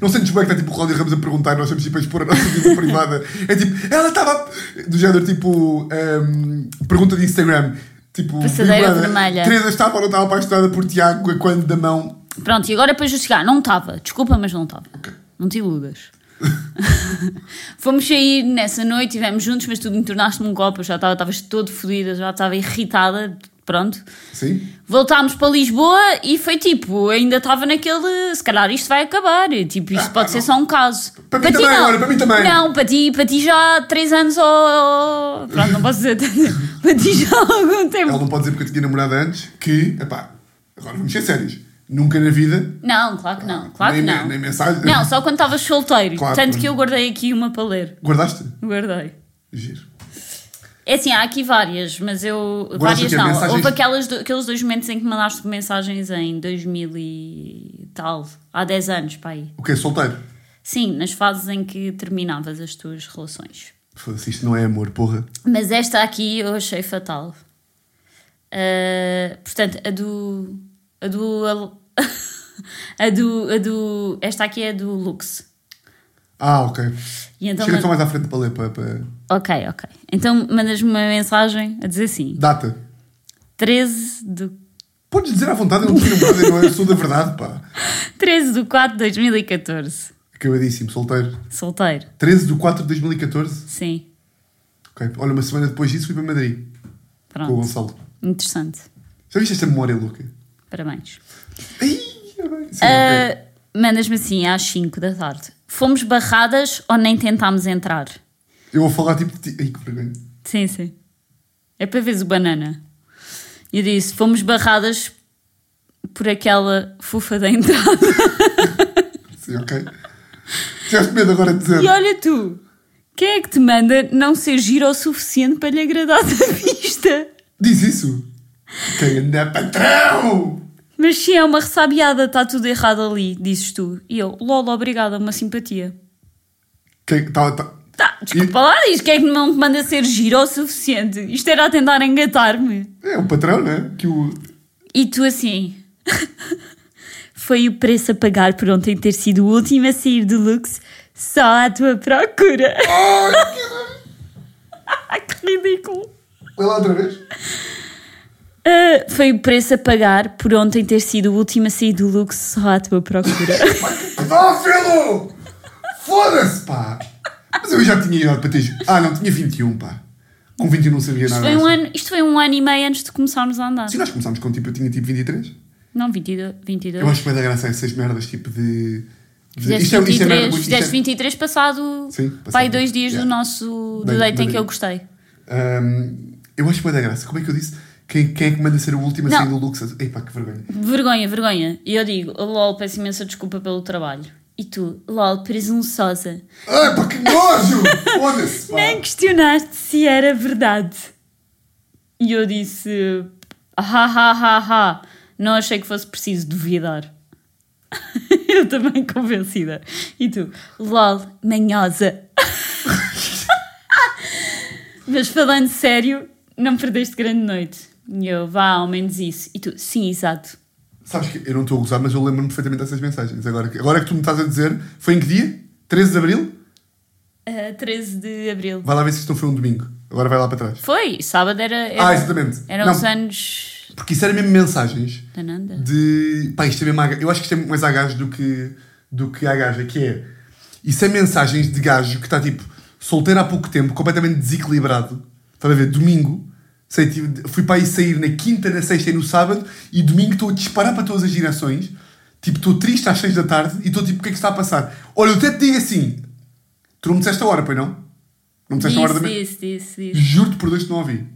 Speaker 2: Não sentes bem que está tipo o Cláudio Ramos a perguntar, nós estamos tipo a expor a nossa vida privada. É tipo, ela estava. Do género tipo. ehm, pergunta de Instagram. Tipo.
Speaker 3: Passadeira
Speaker 2: Big Brother,
Speaker 3: vermelha.
Speaker 2: Teresa estava ou não estava apaixonada por Tiago quando da mão.
Speaker 3: Pronto, e agora para justificar, não estava. Desculpa, mas não estava. Não te iludas. Fomos sair nessa noite, estivemos juntos, mas tu me tornaste-me um copo. Eu já estava, estavas todo fodida, já estava irritada. Pronto.
Speaker 2: Sim?
Speaker 3: Voltámos para Lisboa e foi tipo, ainda estava naquele, se calhar isto vai acabar, tipo, isto pode ser só um caso.
Speaker 2: Ah, Para mim também, olha, para mim também.
Speaker 3: Não, para ti, para ti já há 3 anos ou... ou- Pronto, não posso dizer, para ti já há algum
Speaker 2: Ela
Speaker 3: tempo.
Speaker 2: não pode dizer porque eu tinha namorado antes que. Epá, agora vamos ser sérios. Nunca na vida.
Speaker 3: Não, claro que não, claro
Speaker 2: nem,
Speaker 3: que
Speaker 2: me-
Speaker 3: não.
Speaker 2: Nem mensagem.
Speaker 3: Não, só quando estavas solteiro,
Speaker 2: Claro.
Speaker 3: tanto que eu guardei aqui uma para ler,
Speaker 2: Guardaste?
Speaker 3: guardei.
Speaker 2: Giro.
Speaker 3: É assim, há aqui várias, mas eu.
Speaker 2: Guardaste o
Speaker 3: várias
Speaker 2: quê?
Speaker 3: não.
Speaker 2: Mensagens?
Speaker 3: Houve aquelas do- aqueles dois momentos em que mandaste mensagens em 2000 e tal, há 10 anos, para aí.
Speaker 2: O que é solteiro?
Speaker 3: Sim, nas fases em que terminavas as tuas relações.
Speaker 2: Foda-se, isto não é amor, porra.
Speaker 3: Mas esta aqui eu achei fatal. Ah, portanto, a do. A do. A, do. A do. Esta aqui é a do Lux.
Speaker 2: Ah, ok.
Speaker 3: E então
Speaker 2: Chega só
Speaker 3: mand-
Speaker 2: mais à frente para ler, para. para...
Speaker 3: Ok, ok. Então mandas-me uma mensagem a dizer assim:
Speaker 2: Data.
Speaker 3: 13 do,
Speaker 2: Podes dizer à vontade, eu não tenho namorado, eu não- é? eu sou da verdade, pá.
Speaker 3: 13 do 4 de 2014.
Speaker 2: Acabadíssimo, solteiro.
Speaker 3: Solteiro,
Speaker 2: 13 de 4 de 2014.
Speaker 3: sim.
Speaker 2: Ok. Olha, uma semana depois disso fui para Madrid com o
Speaker 3: Pronto.
Speaker 2: Gonçalo.
Speaker 3: Interessante.
Speaker 2: Já viste esta memória, Luca?
Speaker 3: Parabéns.
Speaker 2: Ai, é bem. Sim, ok.
Speaker 3: Ah, Mandas-me assim às 5 da tarde. Fomos barradas ou nem tentámos entrar?
Speaker 2: Eu vou falar tipo de ti. Ai, que vergonha.
Speaker 3: Sim, sim. É para veres o banana. E eu disse: fomos barradas por aquela fofa da entrada.
Speaker 2: Sim, ok. Tiveste medo agora de dizer.
Speaker 3: E olha tu, quem é que te manda não ser giro o suficiente para lhe agradar da vista?
Speaker 2: Diz isso. Quem anda patrão?
Speaker 3: Mas sim, é uma ressabiada, está tudo errado ali, dizes tu. E eu: Lola, obrigada, uma simpatia.
Speaker 2: Quem. Tá, tá.
Speaker 3: Tá, desculpa lá, diz quem é que não te manda ser giro o suficiente? Isto era a tentar engatar-me.
Speaker 2: É o patrão, né? Que o.
Speaker 3: E tu assim. Foi o preço a pagar por ontem ter sido o último a sair do Lux só à tua procura.
Speaker 2: Ai, que-
Speaker 3: que ridículo!
Speaker 2: Lê lá outra vez.
Speaker 3: Ah, foi o preço a pagar por ontem ter sido o último a sair do Lux só à tua procura.
Speaker 2: Pedófilo! Foda-se, pá! Mas eu já tinha idade para ter. ju- Ah, não, tinha 21, pá. Com 21 não sabia
Speaker 3: isto,
Speaker 2: nada.
Speaker 3: foi um ano, isto foi um ano e meio antes de começarmos a andar.
Speaker 2: Se nós começámos com tipo, eu tinha tipo 23.
Speaker 3: Não, 22. 22.
Speaker 2: Eu acho que vai dar graça a essas merdas tipo de. de...
Speaker 3: Fizeste
Speaker 2: Isto é- isto é merda
Speaker 3: 23,
Speaker 2: muito- isto é-
Speaker 3: fizeste 23 passado,
Speaker 2: Sim, passado.
Speaker 3: pai, dois dias do
Speaker 2: Yeah.
Speaker 3: nosso do
Speaker 2: Bem,
Speaker 3: date em
Speaker 2: bem.
Speaker 3: que eu gostei.
Speaker 2: Ahm, eu acho que vai dar graça. Como é que eu disse? Quem, quem é que manda ser o último a
Speaker 3: Não.
Speaker 2: sair do Lux? Ei pá, que vergonha.
Speaker 3: Vergonha, vergonha. E eu digo, lol, peço imensa desculpa pelo trabalho. E tu, lol, presunçosa.
Speaker 2: Ai pá, que nojo! Foda-se, pá!
Speaker 3: Nem questionaste se era verdade. E eu disse, ha ha ha ha. Não achei que fosse preciso duvidar. eu também convencida. E tu, lol, manhosa. Mas falando sério, não perdeste grande noite. E eu, vá, ao menos isso. E tu, sim, exato.
Speaker 2: Sabes que eu não estou a gozar, mas eu lembro-me perfeitamente dessas mensagens. Agora, que- agora que tu me estás a dizer, foi em que dia? 13 de Abril?
Speaker 3: ah, 13 de Abril.
Speaker 2: Vai lá ver se isto não foi um domingo. Agora vai lá para trás.
Speaker 3: Foi, sábado era. era
Speaker 2: Ah, exatamente.
Speaker 3: Eram
Speaker 2: Não.
Speaker 3: os anos
Speaker 2: Porque isso era mesmo mensagens
Speaker 3: da Nanda.
Speaker 2: de. Pá, isto é mesmo. a- Eu acho que isto é muito mais a gajo do que, do que a gaja, que é. Isso é mensagens de gajo que está tipo solteiro há pouco tempo, completamente desequilibrado. Estás a ver? Domingo. Sei, tive- fui para aí sair na quinta, na sexta e no sábado e domingo estou a disparar para todas as direções. Tipo, estou triste às seis da tarde e estou tipo, o que é que está a passar? Olha, eu até te digo assim. Tu não me disseste a hora, pois não? Não me disseste a hora da
Speaker 3: Disse,
Speaker 2: manhã.
Speaker 3: disse, disse, disse.
Speaker 2: Juro-te por Deus que não ouvi.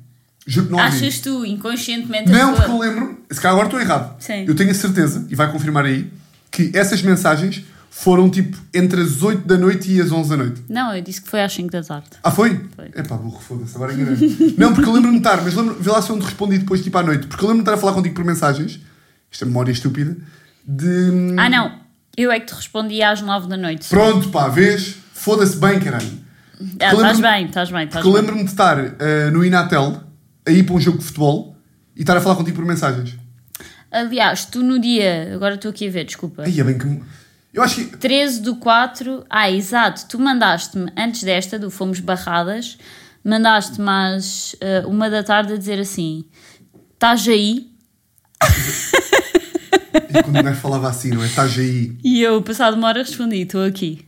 Speaker 2: Juro-te que não ouvi.
Speaker 3: Achas tu, inconscientemente, a
Speaker 2: Não,
Speaker 3: pessoa-
Speaker 2: porque eu lembro, se calhar agora estou errado.
Speaker 3: Sim.
Speaker 2: Eu tenho a certeza, e vai confirmar aí, que essas mensagens foram tipo entre as 8 da noite e as 11 da noite.
Speaker 3: Não, eu disse que foi às 5 da tarde.
Speaker 2: Ah, foi?
Speaker 3: Foi.
Speaker 2: É pá, burro, foda-se, agora enganei. não, porque eu lembro-me de estar, mas lembro, vê lá se eu não te respondi depois, tipo à noite, porque eu lembro-me de estar a falar contigo por mensagens, isto é memória estúpida, de.
Speaker 3: Ah, não. Eu é que te respondi às 9 da noite.
Speaker 2: Pronto, pá, vês? Foda-se bem, caralho.
Speaker 3: Ah,
Speaker 2: Porque eu
Speaker 3: estás
Speaker 2: lembro-me-
Speaker 3: bem, estás bem, estás
Speaker 2: Porque eu
Speaker 3: bem.
Speaker 2: lembro-me de estar ah, no Inatel, a ir para um jogo de futebol, e estar a falar contigo por mensagens.
Speaker 3: Aliás, tu no dia, agora estou aqui a ver, desculpa.
Speaker 2: Aí é bem que. Eu acho que
Speaker 3: 13 do 4, ah, exato, tu mandaste-me antes desta, do Fomos Barradas, mandaste-me às eh, uma da tarde a dizer assim: estás aí?
Speaker 2: E quando o gajo falava assim, não é? Estás aí.
Speaker 3: E eu, passado uma hora, respondi: estou aqui.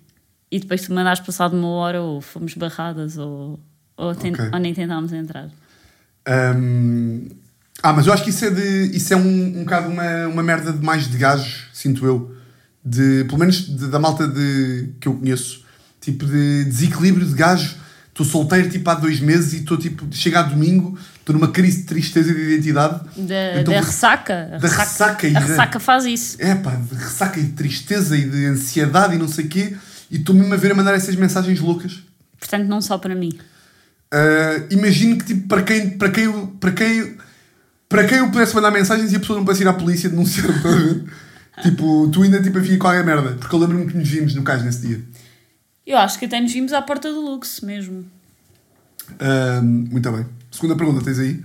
Speaker 3: E depois tu mandaste passado uma hora, ou fomos barradas, ou, ou, ten-
Speaker 2: Ok.
Speaker 3: ou nem tentámos entrar.
Speaker 2: Hum, Ah, mas eu acho que isso é, de, isso é um, um bocado uma, uma merda de mais de gajos, sinto eu. De, pelo menos de- da malta de, que eu conheço. Tipo de desequilíbrio de gajo. Estou solteiro tipo há dois meses e estou tipo. Chega a domingo, estou numa crise de tristeza e de identidade.
Speaker 3: Da,
Speaker 2: Então,
Speaker 3: da ressaca. a
Speaker 2: da ressaca e
Speaker 3: a
Speaker 2: da-
Speaker 3: ressaca faz isso.
Speaker 2: É pá, de ressaca e de tristeza e de ansiedade e não sei o quê. E estou mesmo a ver a mandar essas mensagens loucas.
Speaker 3: Portanto, não só para mim.
Speaker 2: Uh, imagino que tipo, para quem para quem eu- para quem para quem eu pudesse mandar mensagens e a pessoa não pudesse ir à polícia denunciar estás a ver? tipo tu ainda tipo havia qualquer merda porque eu lembro-me que nos vimos no caso nesse dia
Speaker 3: Eu acho que até nos vimos à porta do luxo mesmo.
Speaker 2: Uh, muito bem segunda pergunta tens aí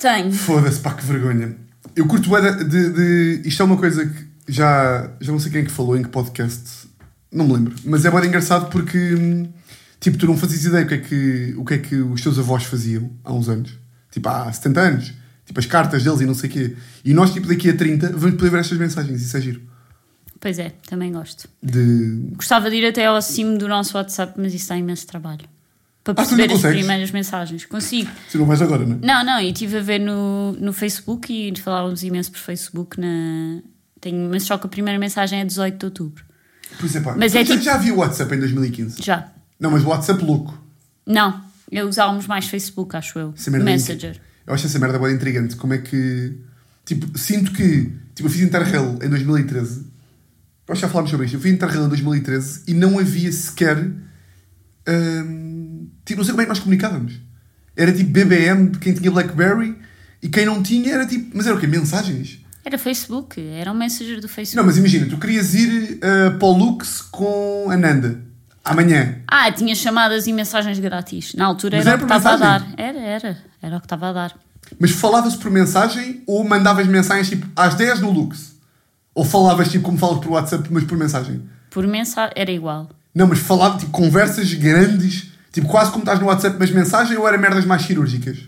Speaker 3: Tenho.
Speaker 2: foda-se pá que vergonha eu curto bué de, de, de isto é uma coisa que já já não sei quem é que falou em que podcast não me lembro mas é bem engraçado porque hum, tipo tu não fazias ideia o que é que o que é que os teus avós faziam há uns anos tipo há 70 anos tipo as cartas deles e não sei o quê e nós tipo daqui a 30 vamos poder ver estas mensagens isso é giro
Speaker 3: Pois é, também gosto.
Speaker 2: de
Speaker 3: Gostava de ir até ao cimo do nosso WhatsApp, mas isso dá imenso trabalho. Para
Speaker 2: Ah, tu ainda
Speaker 3: perceber as
Speaker 2: consegues?
Speaker 3: primeiras mensagens. Consigo.
Speaker 2: tu não vais agora né
Speaker 3: Não, não, eu estive a ver no, no Facebook e falávamos imenso por Facebook na. Tenho, mas só que a primeira mensagem é 18 de outubro.
Speaker 2: por isso é pá
Speaker 3: Mas
Speaker 2: Tu
Speaker 3: é
Speaker 2: já,
Speaker 3: tipo-
Speaker 2: já vi o WhatsApp em 2015
Speaker 3: Já.
Speaker 2: não mas o WhatsApp louco
Speaker 3: Não, eu usávamos mais Facebook, acho eu.
Speaker 2: Essa merda é
Speaker 3: Messenger.
Speaker 2: intriga- Eu acho essa merda boa intrigante. Como é que. Tipo, sinto que. Tipo, eu fiz Interrail em 2013. Nós já falámos sobre isto. Eu fiz Interrail em 2013 e não havia sequer. hum, tipo, não sei como é que nós comunicávamos. Era tipo BBM de quem tinha Blackberry e quem não tinha era tipo. Mas era o quê? Mensagens?
Speaker 3: Era Facebook, era um Messenger do Facebook.
Speaker 2: Não, mas imagina, tu querias ir uh, para o Lux com a Nanda amanhã.
Speaker 3: Ah, tinha chamadas e mensagens grátis. Na altura
Speaker 2: Mas
Speaker 3: era,
Speaker 2: era
Speaker 3: o
Speaker 2: por
Speaker 3: que estava a
Speaker 2: mensagem?
Speaker 3: dar. Era, era. Era o que estava a dar.
Speaker 2: Mas falavas por mensagem ou mandavas mensagens tipo às 10 no Lux? Ou falavas tipo como falas por WhatsApp, mas por mensagem?
Speaker 3: Por mensagem era igual.
Speaker 2: Não, mas falava tipo conversas grandes, tipo quase como estás no WhatsApp, mas mensagem ou era merdas mais cirúrgicas?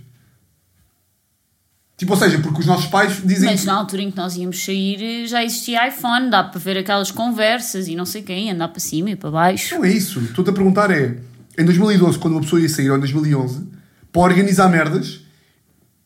Speaker 2: Tipo, ou seja, porque os nossos pais dizem.
Speaker 3: Mas na altura em que nós íamos sair já existia iPhone, dá para ver aquelas conversas e não sei quem, andar para cima e para baixo.
Speaker 2: Não é isso. Estou-te a perguntar é, em 2012, quando uma pessoa ia sair, ou em 2011, para organizar merdas,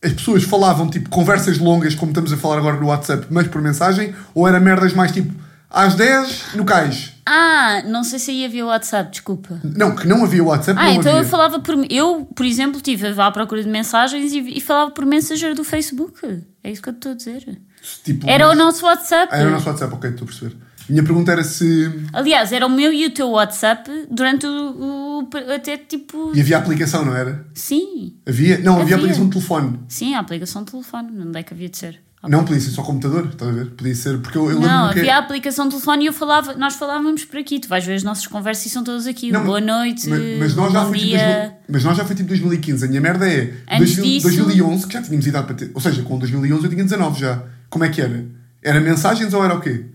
Speaker 2: as pessoas falavam, tipo, conversas longas, como estamos a falar agora no WhatsApp, mas por mensagem, ou era merdas mais, tipo, às 10, no cais.
Speaker 3: Ah, não sei se aí havia WhatsApp, desculpa.
Speaker 2: Não, que não havia WhatsApp,
Speaker 3: Ah,
Speaker 2: não
Speaker 3: então
Speaker 2: havia.
Speaker 3: eu falava por. Eu, por exemplo, estive à procura de mensagens e, e falava por Messenger do Facebook. É isso que eu te estou a dizer.
Speaker 2: Tipo,
Speaker 3: Era o nosso WhatsApp.
Speaker 2: Ah, era o nosso WhatsApp, ok, estou a perceber. Minha pergunta era se...
Speaker 3: Aliás, era o meu e o teu WhatsApp durante o. o- até tipo.
Speaker 2: E havia aplicação, não era?
Speaker 3: Sim,
Speaker 2: Havia? Não, havia,
Speaker 3: Havia.
Speaker 2: aplicação de telefone.
Speaker 3: sim, a aplicação de telefone. Onde é que havia de ser?
Speaker 2: Não podia ser só computador, estás a ver? Podia ser, porque eu, eu
Speaker 3: Não,
Speaker 2: lembro-me que...
Speaker 3: havia a aplicação de telefone e eu falava, nós falávamos por aqui. Tu vais ver as nossas conversas e são todas aqui.
Speaker 2: Não,
Speaker 3: Boa
Speaker 2: mas-
Speaker 3: noite,
Speaker 2: Mas, mas nós já
Speaker 3: bom
Speaker 2: foi tipo
Speaker 3: dia.
Speaker 2: 2000 mas nós já foi tipo 2015. A minha merda é.
Speaker 3: Antes
Speaker 2: 2000
Speaker 3: disso-
Speaker 2: 2011, que já tínhamos idade para ter. Ou seja, com 2011 eu tinha 19 já. Como é que era? Era mensagens ou era o quê?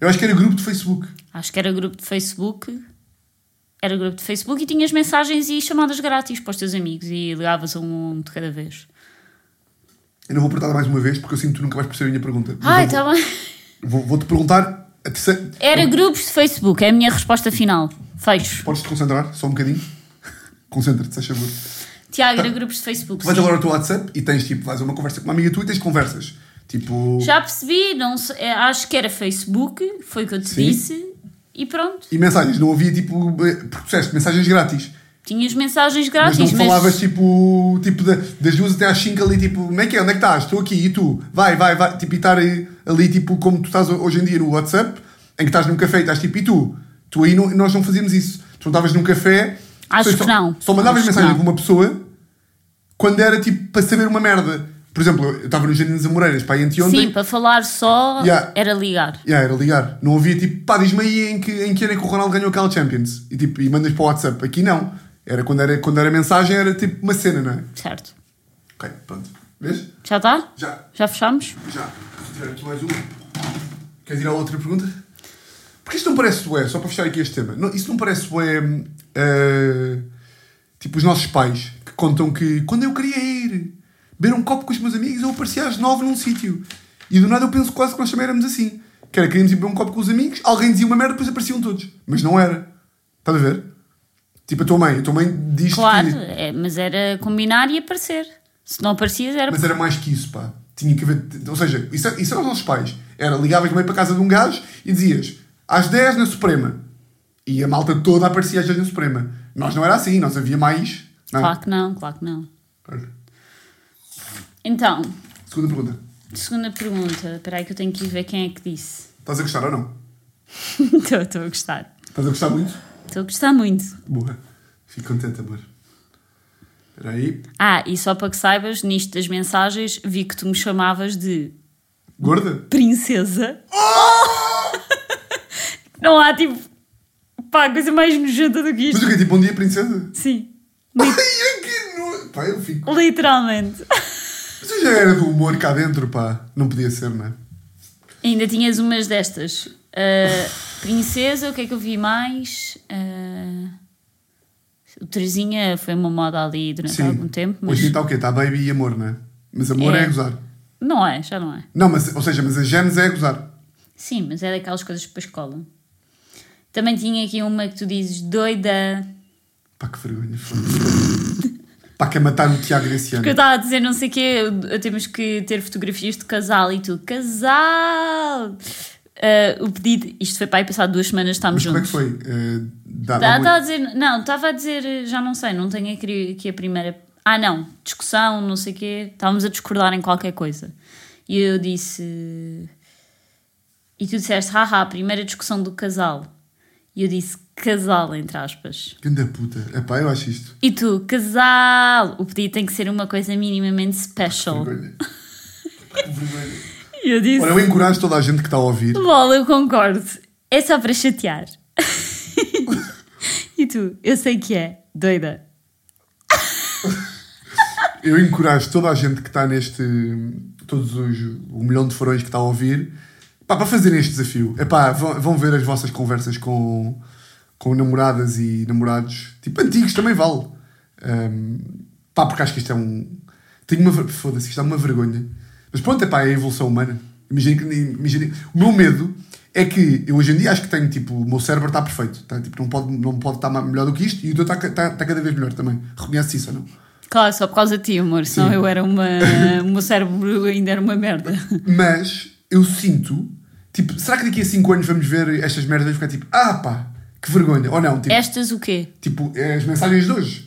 Speaker 2: Eu acho que era grupo de Facebook.
Speaker 3: Acho que era grupo de Facebook. Era o grupo de Facebook e tinhas mensagens e chamadas grátis para os teus amigos e ligavas a um de cada vez.
Speaker 2: Eu não vou perguntar mais uma vez porque eu sinto que tu nunca vais perceber a minha pergunta. Mas
Speaker 3: Ai,
Speaker 2: eu
Speaker 3: está
Speaker 2: vou-
Speaker 3: Ah, tá bem.
Speaker 2: vou- Vou-te perguntar a terceira.
Speaker 3: Era grupos de Facebook, é a minha resposta final. Fecho.
Speaker 2: Podes te concentrar só um bocadinho? Concentra-te, se faz favor.
Speaker 3: Tiago, era grupos de Facebook.
Speaker 2: Vais
Speaker 3: sim.
Speaker 2: agora ao teu WhatsApp e tens tipo, vais a uma conversa com uma amiga tua e tens conversas. Tipo.
Speaker 3: Já percebi, não sei- é, acho que era Facebook, foi o que eu te
Speaker 2: Sim.
Speaker 3: disse. E pronto,
Speaker 2: E mensagens, não havia tipo. eh, Porque tu disseste mensagens grátis.
Speaker 3: tinhas mensagens
Speaker 2: Mas
Speaker 3: grátis,
Speaker 2: não
Speaker 3: mas,
Speaker 2: falavas tipo, tipo da- das duas até às 5 ali, tipo, como é que é? Onde é que estás? Estou aqui e tu? Vai, vai, vai. Tipo, e estar eh, ali, tipo, como tu estás hoje em dia no WhatsApp, em que estás num café e estás tipo, e tu? Tu aí não, nós não fazíamos isso. Tu não estavas num café.
Speaker 3: Acho
Speaker 2: só-
Speaker 3: que não.
Speaker 2: Só mandavas
Speaker 3: Acho que
Speaker 2: mensagem
Speaker 3: não.
Speaker 2: para uma pessoa quando era tipo para saber uma merda. Por exemplo, eu estava nos Jardins Amoreiras, pá, e anteontem.
Speaker 3: sim, para falar só
Speaker 2: é Yeah.
Speaker 3: era ligar.
Speaker 2: Yeah, era ligar. Não havia tipo, pá, diz-me aí em que, em que ano é que o Ronaldo ganhou aquela Champions. E tipo, e mandas para o WhatsApp. Aqui não. Era quando era, quando era mensagem, era tipo uma cena, não é?
Speaker 3: Certo.
Speaker 2: Ok, pronto. Vês?
Speaker 3: Já está?
Speaker 2: Já,
Speaker 3: Já fechamos?
Speaker 2: já. Se tiver aqui mais um. Queres ir à outra pergunta? Porque isto não parece bué, só para fechar aqui este tema. Não, isso não parece bué. hum, ah, tipo os nossos pais que contam que quando eu queria ir beber um copo com os meus amigos, eu aparecia às nove num sítio. E do nada eu penso quase que nós também éramos assim. Que era, queríamos ir beber um copo com os amigos, alguém dizia uma merda, depois apareciam todos. Mas não era. Estás a ver? Tipo a tua mãe. A tua mãe diz
Speaker 3: Claro,
Speaker 2: que...
Speaker 3: é, mas era combinar e aparecer. Se não aparecias, era.
Speaker 2: Mas era mais que isso, pá. Tinha que haver. Ou seja, isso, é- isso eram os nossos pais. Era, ligavas meio para a casa de um gajo e dizias às 10 na Suprema. E a malta toda aparecia às 10 na Suprema. Nós não era assim, nós havia mais. não é?
Speaker 3: Claro que não, claro que não.
Speaker 2: Claro.
Speaker 3: Então,
Speaker 2: Segunda pergunta.
Speaker 3: segunda pergunta. Espera aí que eu tenho que ir ver quem é que disse.
Speaker 2: Estás a gostar ou não?
Speaker 3: Estou estou a gostar.
Speaker 2: Estás a gostar muito?
Speaker 3: Estou a gostar muito.
Speaker 2: Boa. Fico contente, amor. Espera aí.
Speaker 3: Ah, e só para que saibas, nisto das mensagens, vi que tu me chamavas de
Speaker 2: Gorda?
Speaker 3: princesa. Oh! Não há tipo. Pá, coisa mais nojenta do que
Speaker 2: Mas
Speaker 3: isto.
Speaker 2: o quê? Tipo, bom dia, princesa?
Speaker 3: Sim.
Speaker 2: Ai,
Speaker 3: Li-
Speaker 2: é que no... Pá, eu fico.
Speaker 3: Literalmente.
Speaker 2: Mas eu já era do humor cá dentro, pá. Não podia ser, não é?
Speaker 3: Ainda tinhas umas destas. Uh, princesa, o que é que eu vi mais? Uh, o Terezinha foi uma moda ali durante algum tempo, mas
Speaker 2: Hoje em dia está o quê? Está baby e amor, não é? Mas amor
Speaker 3: É.
Speaker 2: é a gozar.
Speaker 3: não é, já não é.
Speaker 2: Não, mas, ou seja, mas a James é a gozar.
Speaker 3: Sim, mas é daquelas coisas para a escola. Também tinha aqui uma que tu dizes doida.
Speaker 2: Pá, que vergonha. foda-se. Pá, quer matar o Tiago desse ano.
Speaker 3: Porque eu estava a dizer não sei o quê, eu- temos que ter fotografias de casal e tu, casal! Ah, o pedido, isto foi para aí passar duas semanas, estávamos
Speaker 2: Mas como é que
Speaker 3: juntos.
Speaker 2: foi? Eh, dá- dá
Speaker 3: Tá-
Speaker 2: muito.
Speaker 3: Estava a dizer, não, estava a dizer, já não sei, não tenho aqui, aqui a primeira. Ah, não, discussão, não sei o quê, estávamos a discordar em qualquer coisa. E eu disse. E tu disseste, haha, primeira discussão do casal. E eu disse, casal, entre aspas.
Speaker 2: Ganda puta. Epá, eu acho isto.
Speaker 3: E tu, casal! O pedido tem que ser uma coisa minimamente special.
Speaker 2: Vergonha. Pá, que vergonha.
Speaker 3: E eu disse:
Speaker 2: Ora, eu encorajo toda a gente que está a ouvir.
Speaker 3: Lol, eu concordo. É só para chatear. e tu, eu sei que é, doida.
Speaker 2: Eu encorajo toda a gente que está neste. Todos os. O milhão de farões que está a ouvir. Pá, para fazerem este desafio. Epá, vão, vão ver as vossas conversas com. Com namoradas e namorados. Tipo, antigos também vale. Ahm, pá, porque acho que isto é um. Tenho uma. ver- Foda-se, isto é uma vergonha. Mas pronto, epá, é a evolução humana. Imagina que. Imagina, o meu medo é que eu hoje em dia acho que tenho, tipo, o meu cérebro está perfeito. Tá? Tipo, não pode, não pode estar ma- melhor do que isto e o teu está, ca- está, está cada vez melhor também. Reconheces isso ou não?
Speaker 3: Claro, só por causa de ti, amor, senão
Speaker 2: Sim.
Speaker 3: eu era uma. O meu cérebro ainda era uma merda.
Speaker 2: Mas eu sinto, tipo, será que daqui a 5 anos vamos ver estas merdas e ficar tipo, ah pá, que vergonha? Ou não, tipo,
Speaker 3: Estas o quê?
Speaker 2: tipo é as mensagens de hoje.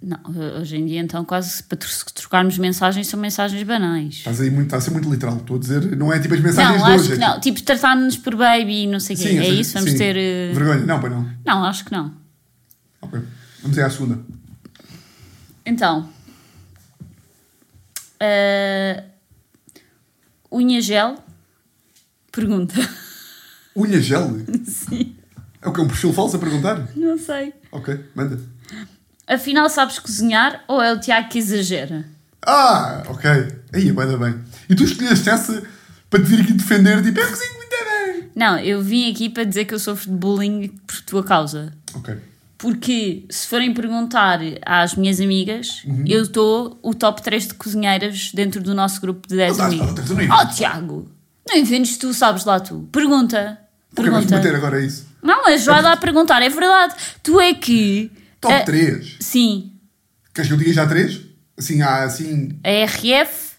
Speaker 3: Não, hoje em dia então quase para tro- trocarmos mensagens são mensagens banais.
Speaker 2: Estás aí muito, estás a ser muito literal, estou a dizer, não é tipo as mensagens
Speaker 3: Não,
Speaker 2: de
Speaker 3: acho
Speaker 2: hoje.
Speaker 3: que
Speaker 2: é
Speaker 3: não.
Speaker 2: tipo-
Speaker 3: Tipo, tratar-nos por baby e não sei o quê.
Speaker 2: ou
Speaker 3: É
Speaker 2: seja,
Speaker 3: isso? Vamos
Speaker 2: sim.
Speaker 3: ter. eh,
Speaker 2: Vergonha, não, pois não.
Speaker 3: Não, acho que não.
Speaker 2: Ok. Vamos aí à segunda.
Speaker 3: Então. ah, unha gel? Pergunta.
Speaker 2: Unha gel?
Speaker 3: Sim,
Speaker 2: É o que? Um perfil falso a perguntar?
Speaker 3: não sei.
Speaker 2: Ok, manda.
Speaker 3: Afinal, sabes cozinhar ou é o Tiago que exagera?
Speaker 2: Ah, ok. Aí, vai dar bem. E tu escolheste essa para te vir aqui defender, tipo, eu cozinho muito bem.
Speaker 3: Não, eu vim aqui para dizer que eu sofro de bullying por tua causa.
Speaker 2: Ok.
Speaker 3: Porque se forem perguntar às minhas amigas,
Speaker 2: Uhum.
Speaker 3: eu estou o top 3 de cozinheiras dentro do nosso grupo de 10
Speaker 2: Não dás,
Speaker 3: amigas.
Speaker 2: não, tu não é inventas.
Speaker 3: oh, Tiago, não inventes tu, sabes lá tu. Pergunta.
Speaker 2: Acabas de um bater
Speaker 3: Pergunta.
Speaker 2: agora isso.
Speaker 3: Não, a Joana a perguntar, é verdade. Tu é que.
Speaker 2: Top
Speaker 3: a-
Speaker 2: 3.
Speaker 3: Sim,
Speaker 2: Queres que eu diga já 3? Assim, há assim.
Speaker 3: a RF,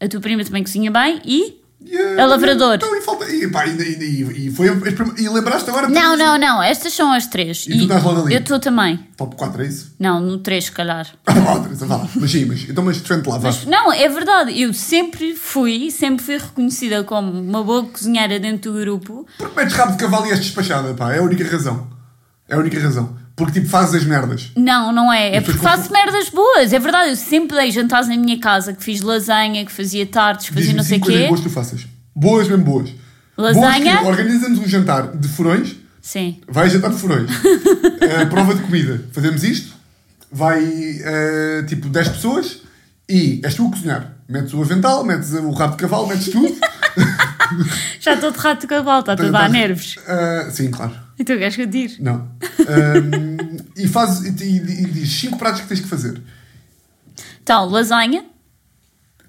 Speaker 3: a tua prima também cozinha bem e.
Speaker 2: e, eh,
Speaker 3: A É lavrador.
Speaker 2: Então, e, falta, e, pá, e, e, e, foi, as prim- e lembraste agora? Então, de
Speaker 3: Não,
Speaker 2: todas-
Speaker 3: não, não, estas são as três.
Speaker 2: Ah, E tu estás logo ali?
Speaker 3: Eu estou também.
Speaker 2: Top 4 é isso?
Speaker 3: Não, no 3, se calhar.
Speaker 2: Ah, Teresa, vá lá. Mas sim, mas então, mas Trent lá, vá.
Speaker 3: Mas, não, é verdade, eu sempre fui, sempre fui reconhecida como uma boa cozinheira dentro do grupo.
Speaker 2: Porque metes rabo de cavalo e és despachada, pá. É a única razão. É a única razão. Porque, tipo, fazes as merdas.
Speaker 3: Não, não é, é
Speaker 2: Mas
Speaker 3: porque
Speaker 2: foi com-
Speaker 3: faço merdas boas, é verdade, eu sempre dei jantares na minha casa, que fiz lasanha, que fazia tartes, que fazia
Speaker 2: Diz-me
Speaker 3: não sei o
Speaker 2: cinco coisas
Speaker 3: quê.
Speaker 2: boas que tu faças. Boas mesmo boas.
Speaker 3: Lasanha?
Speaker 2: Boas que organizamos um jantar de furões.
Speaker 3: Sim.
Speaker 2: Vai jantar de furões. Eh, prova de comida. Fazemos isto. Vai, eh, tipo, 10 pessoas. E és tu a cozinhar. Metes o avental, metes o rabo de cavalo, metes tudo.
Speaker 3: Já estou de rato de cavalo, está tudo a dar nervos.
Speaker 2: Eh, sim, claro.
Speaker 3: Então queres que eu tire?
Speaker 2: Não. Ahm, e, faz, e, e- e diz 5 pratos que tens que fazer.
Speaker 3: Então, lasanha,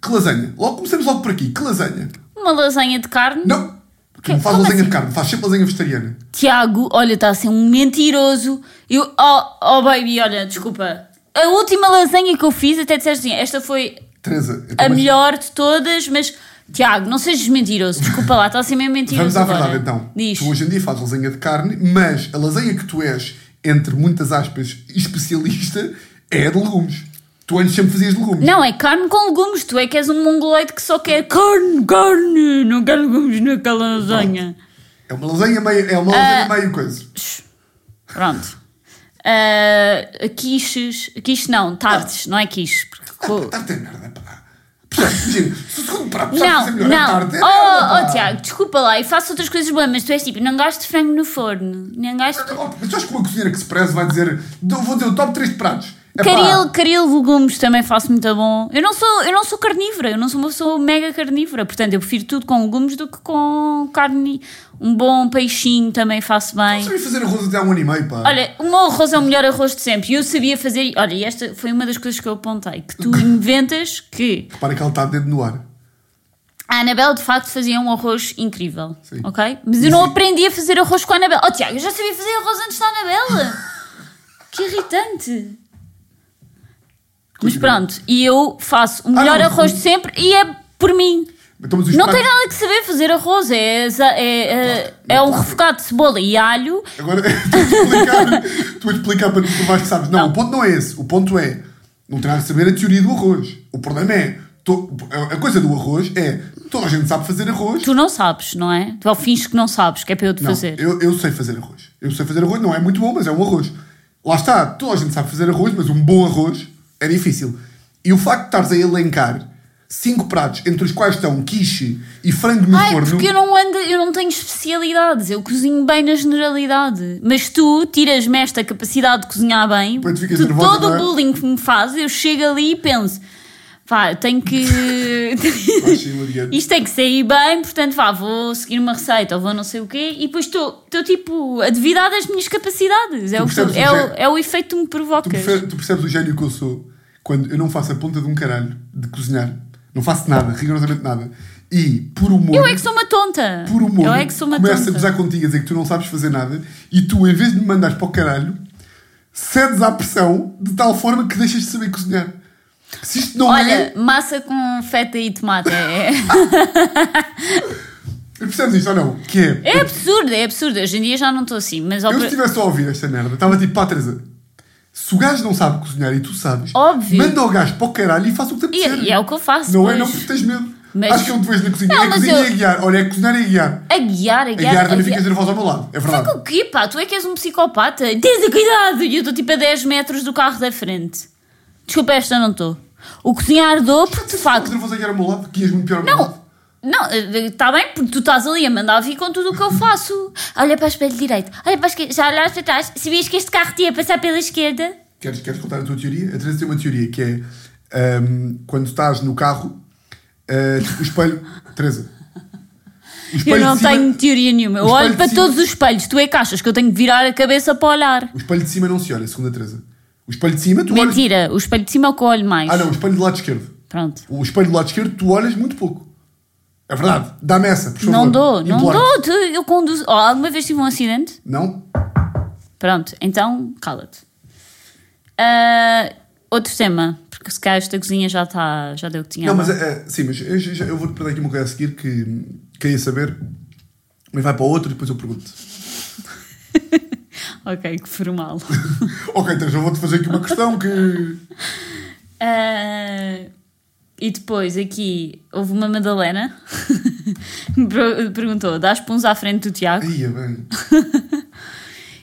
Speaker 2: Que lasanha? Logo começamos logo por aqui. Que lasanha?
Speaker 3: uma lasanha de carne.
Speaker 2: Não!
Speaker 3: Que-
Speaker 2: não faz
Speaker 3: como
Speaker 2: lasanha
Speaker 3: assim?
Speaker 2: de carne, faz sempre lasanha vegetariana.
Speaker 3: Tiago, olha, está a ser um mentiroso. Eu, oh, oh baby, olha, desculpa. A última lasanha que eu fiz, até disseste assim, esta foi
Speaker 2: Teresa, então,
Speaker 3: a
Speaker 2: mas
Speaker 3: melhor de todas, mas Tiago, não sejas mentiroso, desculpa lá, está a ser mesmo mentiroso.
Speaker 2: vamos à
Speaker 3: agora.
Speaker 2: verdade então.
Speaker 3: Diz.
Speaker 2: Tu hoje em dia fazes lasanha de carne, mas a lasanha que tu és, entre muitas aspas, especialista, é a de legumes. Tu antes sempre fazias legumes.
Speaker 3: Não, é carne com legumes, tu é que és um mongoloide que só quer carne, carne, não quer legumes naquela lasanha.
Speaker 2: É uma lasanha meio, é uma
Speaker 3: Ah.
Speaker 2: lasanha meio coisa.
Speaker 3: Pronto. Ah, quiches, quiche não, tartes, não é quiche. porque co-
Speaker 2: Tarta é merda, pá. Portanto, imagina, se o segundo prato que sabes
Speaker 3: Não,
Speaker 2: fazer melhor é
Speaker 3: não.
Speaker 2: tarta, é merda,
Speaker 3: Oh,
Speaker 2: pá.
Speaker 3: oh, Tiago, desculpa lá, eu faço outras coisas boas, mas tu és tipo, não gasto frango no forno. Não gasto.
Speaker 2: Oh, Mas tu achas que uma cozinheira que se preze vai dizer "Eu vou dizer o top 3 de pratos? É
Speaker 3: Caril, caril legumes também faço muito bom. Eu não, sou, eu não sou carnívora, eu não sou uma pessoa mega carnívora. Portanto, eu prefiro tudo com legumes do que com carne. Um bom peixinho também faço
Speaker 2: Não
Speaker 3: bem.
Speaker 2: sabia fazer arroz até há um ano e meio, pá.
Speaker 3: Olha, o meu arroz é o melhor arroz de sempre. E eu sabia fazer. Olha, e esta foi uma das coisas que eu apontei: que tu inventas que
Speaker 2: Repara que ela está dedo no ar.
Speaker 3: A Anabel de facto fazia um arroz incrível,
Speaker 2: Sim.
Speaker 3: ok? Mas eu não
Speaker 2: Sim.
Speaker 3: aprendi a fazer arroz com a Anabel. Oh Tiago, eu já sabia fazer arroz antes da Anabel. que irritante. Mas
Speaker 2: Continua.
Speaker 3: pronto, e eu faço o
Speaker 2: Ah,
Speaker 3: melhor
Speaker 2: não.
Speaker 3: arroz de sempre e é por mim.
Speaker 2: Então, mas os
Speaker 3: Não
Speaker 2: pratos-
Speaker 3: tem nada que saber fazer arroz, é, exa- é, é, é um refogado de cebola e alho.
Speaker 2: Agora estou a explicar, estou a explicar para tu mais que sabes. Não, o ponto não é esse. O ponto é, não tem nada a saber a teoria do arroz. O problema é, to- a a coisa do arroz é, toda a gente sabe fazer arroz.
Speaker 3: Tu não sabes, não é? Tu ao finges que não sabes, que é para eu te
Speaker 2: Não,
Speaker 3: fazer.
Speaker 2: Eu, eu sei fazer arroz. Eu sei fazer arroz, não é muito bom, mas é um arroz. Lá está, toda a gente sabe fazer arroz, mas um bom arroz é difícil. E o facto de estares a elencar cinco pratos, entre os quais estão quiche e frango no
Speaker 3: Ai,
Speaker 2: forno,
Speaker 3: porque eu não ando, eu não tenho especialidades, eu cozinho bem na generalidade. Mas tu tiras-me esta capacidade de cozinhar bem,
Speaker 2: Pois tu ficas
Speaker 3: tu,
Speaker 2: nervosa,
Speaker 3: todo
Speaker 2: não é?
Speaker 3: o bullying que me fazes, eu chego ali e penso. Vá, eu tenho que.
Speaker 2: Acho hilariante.
Speaker 3: Isto tem que sair bem, portanto, vá, vou seguir uma receita ou vou não sei o quê, e depois estou, estou tipo a duvidar das minhas capacidades. É, o, que-
Speaker 2: percebes o
Speaker 3: é, o,
Speaker 2: gé-
Speaker 3: é o efeito que tu me
Speaker 2: tu,
Speaker 3: provocas.
Speaker 2: perfe- tu percebes o gênio que eu sou quando eu não faço a ponta de um caralho de cozinhar. Não faço nada, rigorosamente nada. E, por humor,
Speaker 3: Eu é que sou uma tonta.
Speaker 2: por humor,
Speaker 3: eu é que sou uma
Speaker 2: começo a
Speaker 3: tonta.
Speaker 2: gozar contigo a dizer que tu não sabes fazer nada e tu, em vez de me mandares para o caralho, cedes à pressão de tal forma que deixas de saber cozinhar. Se isto não
Speaker 3: Olha,
Speaker 2: é.
Speaker 3: massa com feta e tomate. É,
Speaker 2: Percebes isto ou não? Que é.
Speaker 3: É absurdo, é absurdo. Hoje em dia já não estou assim, mas ao
Speaker 2: Eu se
Speaker 3: pr-
Speaker 2: estivesse a ouvir esta merda, estava tipo, pá, Teresa, se o gajo não sabe cozinhar e tu sabes,
Speaker 3: Óbvio.
Speaker 2: manda o gajo para o caralho e faz o que te
Speaker 3: E-
Speaker 2: apetecer.
Speaker 3: e é o que eu faço,
Speaker 2: Não é,
Speaker 3: pois.
Speaker 2: não porque tens medo.
Speaker 3: Mas-
Speaker 2: Acho que eu depois na cozinha.
Speaker 3: Não,
Speaker 2: é
Speaker 3: mas
Speaker 2: cozinhar
Speaker 3: eu-
Speaker 2: e a guiar. Olha, é cozinhar e a guiar.
Speaker 3: a guiar, a
Speaker 2: A guiar
Speaker 3: guiar.
Speaker 2: também ficas nervosa ao meu lado. É verdade.
Speaker 3: O quê, pá? Tu é que és um psicopata. Tens cuidado! E eu estou tipo a 10 metros do carro da frente. Desculpa, esta não estou. O cozinhar dou, porque de
Speaker 2: Ficas
Speaker 3: facto.
Speaker 2: nervosa a guiar ao meu lado, que ias muito pior ao meu lado.
Speaker 3: Não! Não, está bem, porque tu estás ali a mandar vir com tudo o que eu faço. Olha para o espelho direito, olha para a esquerda, já olhaste para trás, sabias que este carro te ia passar pela esquerda?
Speaker 2: Queres, queres contar a tua teoria? A Teresa tem uma teoria que é um, uh, ahm, quando estás no carro, ah, tipo, o espelho. Teresa, Os
Speaker 3: Eu
Speaker 2: peitos
Speaker 3: não
Speaker 2: de cima-
Speaker 3: tenho teoria nenhuma. Eu
Speaker 2: Os
Speaker 3: olho
Speaker 2: peitos
Speaker 3: para
Speaker 2: de cima-
Speaker 3: todos os espelhos. Tu é que achas que eu tenho de virar a cabeça para olhar?
Speaker 2: O espelho de cima não se olha, segundo a Teresa. O espelho de cima, tu olhas.
Speaker 3: Mentira, o espelho de cima é o que eu olho mais.
Speaker 2: Ah, não, o espelho do lado esquerdo.
Speaker 3: Pronto.
Speaker 2: O espelho do lado esquerdo, tu olhas muito pouco. É verdade. Dá-me essa, por favor.
Speaker 3: Não dou, não
Speaker 2: Imploro-te.
Speaker 3: dou. tu- Eu conduzo. Oh, alguma vez tive um acidente?
Speaker 2: Não?
Speaker 3: Pronto, então cala-te. Ah, outro tema, porque se calhar esta cozinha já, está já deu o que tinha.
Speaker 2: Não,
Speaker 3: a
Speaker 2: mas
Speaker 3: dar.
Speaker 2: é, é, sim, mas eu, já- já- eu vou-te perguntar aqui uma coisa a seguir que hum, queria saber, mas vai para o outro e depois eu pergunto. é-
Speaker 3: Ok, que formal.
Speaker 2: ok, então eu vou-te fazer aqui uma questão que.
Speaker 3: Ah, e depois aqui houve uma Madalena me per- perguntou: dás puns à frente do Tiago?
Speaker 2: Aí, é bem.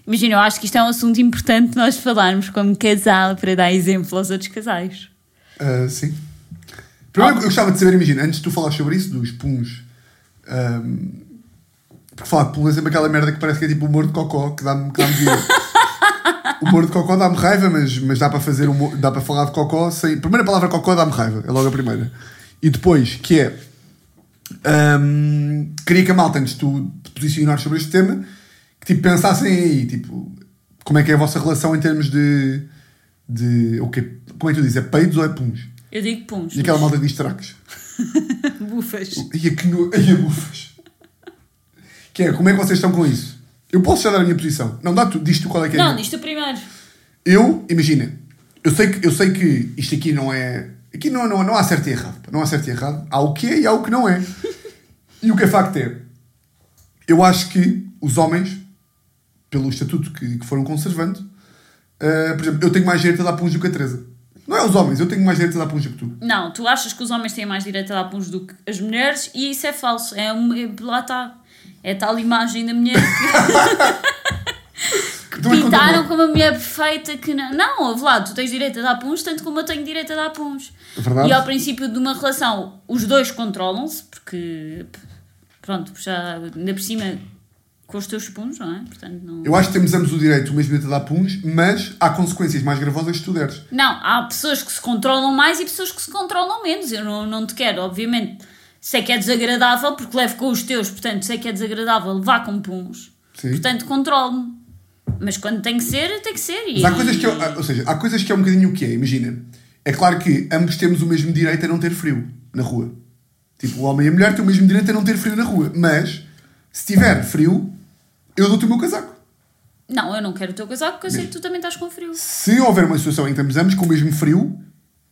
Speaker 3: Imagina, eu acho que isto é um assunto importante nós falarmos como casal para dar exemplo aos outros casais.
Speaker 2: Ah, sim. Primeiro, eu gostava de saber, imagina, antes de tu falares sobre isso, dos puns. ahm, porque falar de puns é sempre aquela merda que parece que é tipo humor de cocó, que dá-me dá vida. o humor de cocó dá-me raiva, mas, mas dá para fazer humor- dá para falar de cocó sem. Primeira palavra cocó dá-me raiva, é logo a primeira. E depois, que é. ahm, queria que a malta, antes de tu te posicionares sobre este tema, que tipo, pensassem aí, tipo, como é que é a vossa relação em termos de. de o que, como é que tu dizes? É peidos ou é puns?
Speaker 3: Eu digo puns.
Speaker 2: E aquela malta que diz tracos.
Speaker 3: Bufas.
Speaker 2: E a que no... E a bufas. Que é, como é que vocês estão com isso? Eu posso já dar a minha posição. Não dá tu, diz tu qual é que é. a
Speaker 3: Não,
Speaker 2: minha.
Speaker 3: diz tu primeiro.
Speaker 2: Eu, imagina, eu sei, que, eu sei que isto aqui não é. Aqui não, não, não há certo e errado. pá. Não há certo e errado. Há o que é e há o que não é. E o que é facto é. Eu acho que os homens, pelo estatuto que, que foram conservando, ah, por exemplo, eu tenho mais direito a dar punhos do que a Teresa. Não é os homens, eu tenho mais direito a dar punhos do que tu.
Speaker 3: Não, tu achas que os homens têm mais direito a dar puns do que as mulheres e isso é falso. É um, é- lá está. É tal imagem da mulher que
Speaker 2: Então, mas conta-me lá.
Speaker 3: pintaram é como a mulher perfeita que não. Não, ouve lá, tu tens direito a dar puns tanto como eu tenho direito a dar puns.
Speaker 2: Verdade.
Speaker 3: E ao princípio de uma relação, os dois controlam-se, porque. p- Pronto, já ainda por cima com os teus puns, não é? Portanto, não.
Speaker 2: Eu acho que temos ambos o direito, o mesmo direito a dar puns, mas há consequências mais gravosas se tu deres.
Speaker 3: Não, há pessoas que se controlam mais e pessoas que se controlam menos. Eu não, não te quero, obviamente. Sei que é desagradável, porque levo com os teus, portanto, sei que é desagradável levar com puns.
Speaker 2: Sim.
Speaker 3: Portanto, controlo-me. Mas quando tem que ser, tem que ser. E...
Speaker 2: Mas há coisas que, eu- ou seja, há coisas que é um bocadinho o que é, imagina. É claro que ambos temos o mesmo direito a não ter frio na rua. Tipo, o homem e a mulher têm o mesmo direito a não ter frio na rua, mas se tiver frio, eu dou-te o meu casaco.
Speaker 3: Não, eu não quero o teu casaco, porque eu sei que tu também estás com frio.
Speaker 2: Se houver uma situação em que estamos ambos com o mesmo frio,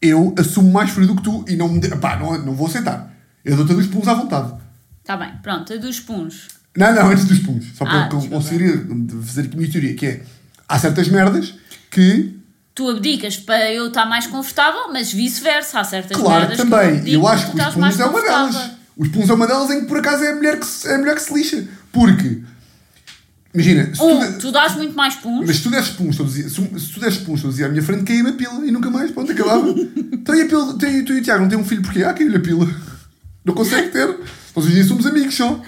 Speaker 2: eu assumo mais frio do que tu e não me. de- pá, não, não vou aceitar. Eu dou-te dois puns à vontade.
Speaker 3: Está bem, pronto, é dos puns.
Speaker 2: Não, não, antes dos puns. Só para
Speaker 3: Ah,
Speaker 2: eu
Speaker 3: desculpa.
Speaker 2: conseguir fazer aqui a minha teoria, que é. Há certas merdas que
Speaker 3: Tu abdicas para eu estar mais confortável, mas vice-versa. Há certas
Speaker 2: Claro,
Speaker 3: merdas que eu
Speaker 2: também.
Speaker 3: abdico
Speaker 2: E eu acho
Speaker 3: tu
Speaker 2: que os
Speaker 3: estás mais
Speaker 2: puns é uma
Speaker 3: confortável.
Speaker 2: delas. Os puns é uma delas em que por acaso é a mulher que se, é a mulher que se lixa. Porque, imagina, se
Speaker 3: Um,
Speaker 2: tu, de-
Speaker 3: tu dás muito mais puns.
Speaker 2: mas se tu deres puns todos, os dias- se, se tu deres puns todos os dias à minha frente, caía-me a pila e nunca mais, pronto, acabava. então e a pila, tu, e- tu e o Tiago não têm um filho porquê? Ah, caiu-lhe a pila. Não consegue ter. Nós hoje em dia somos amigos só.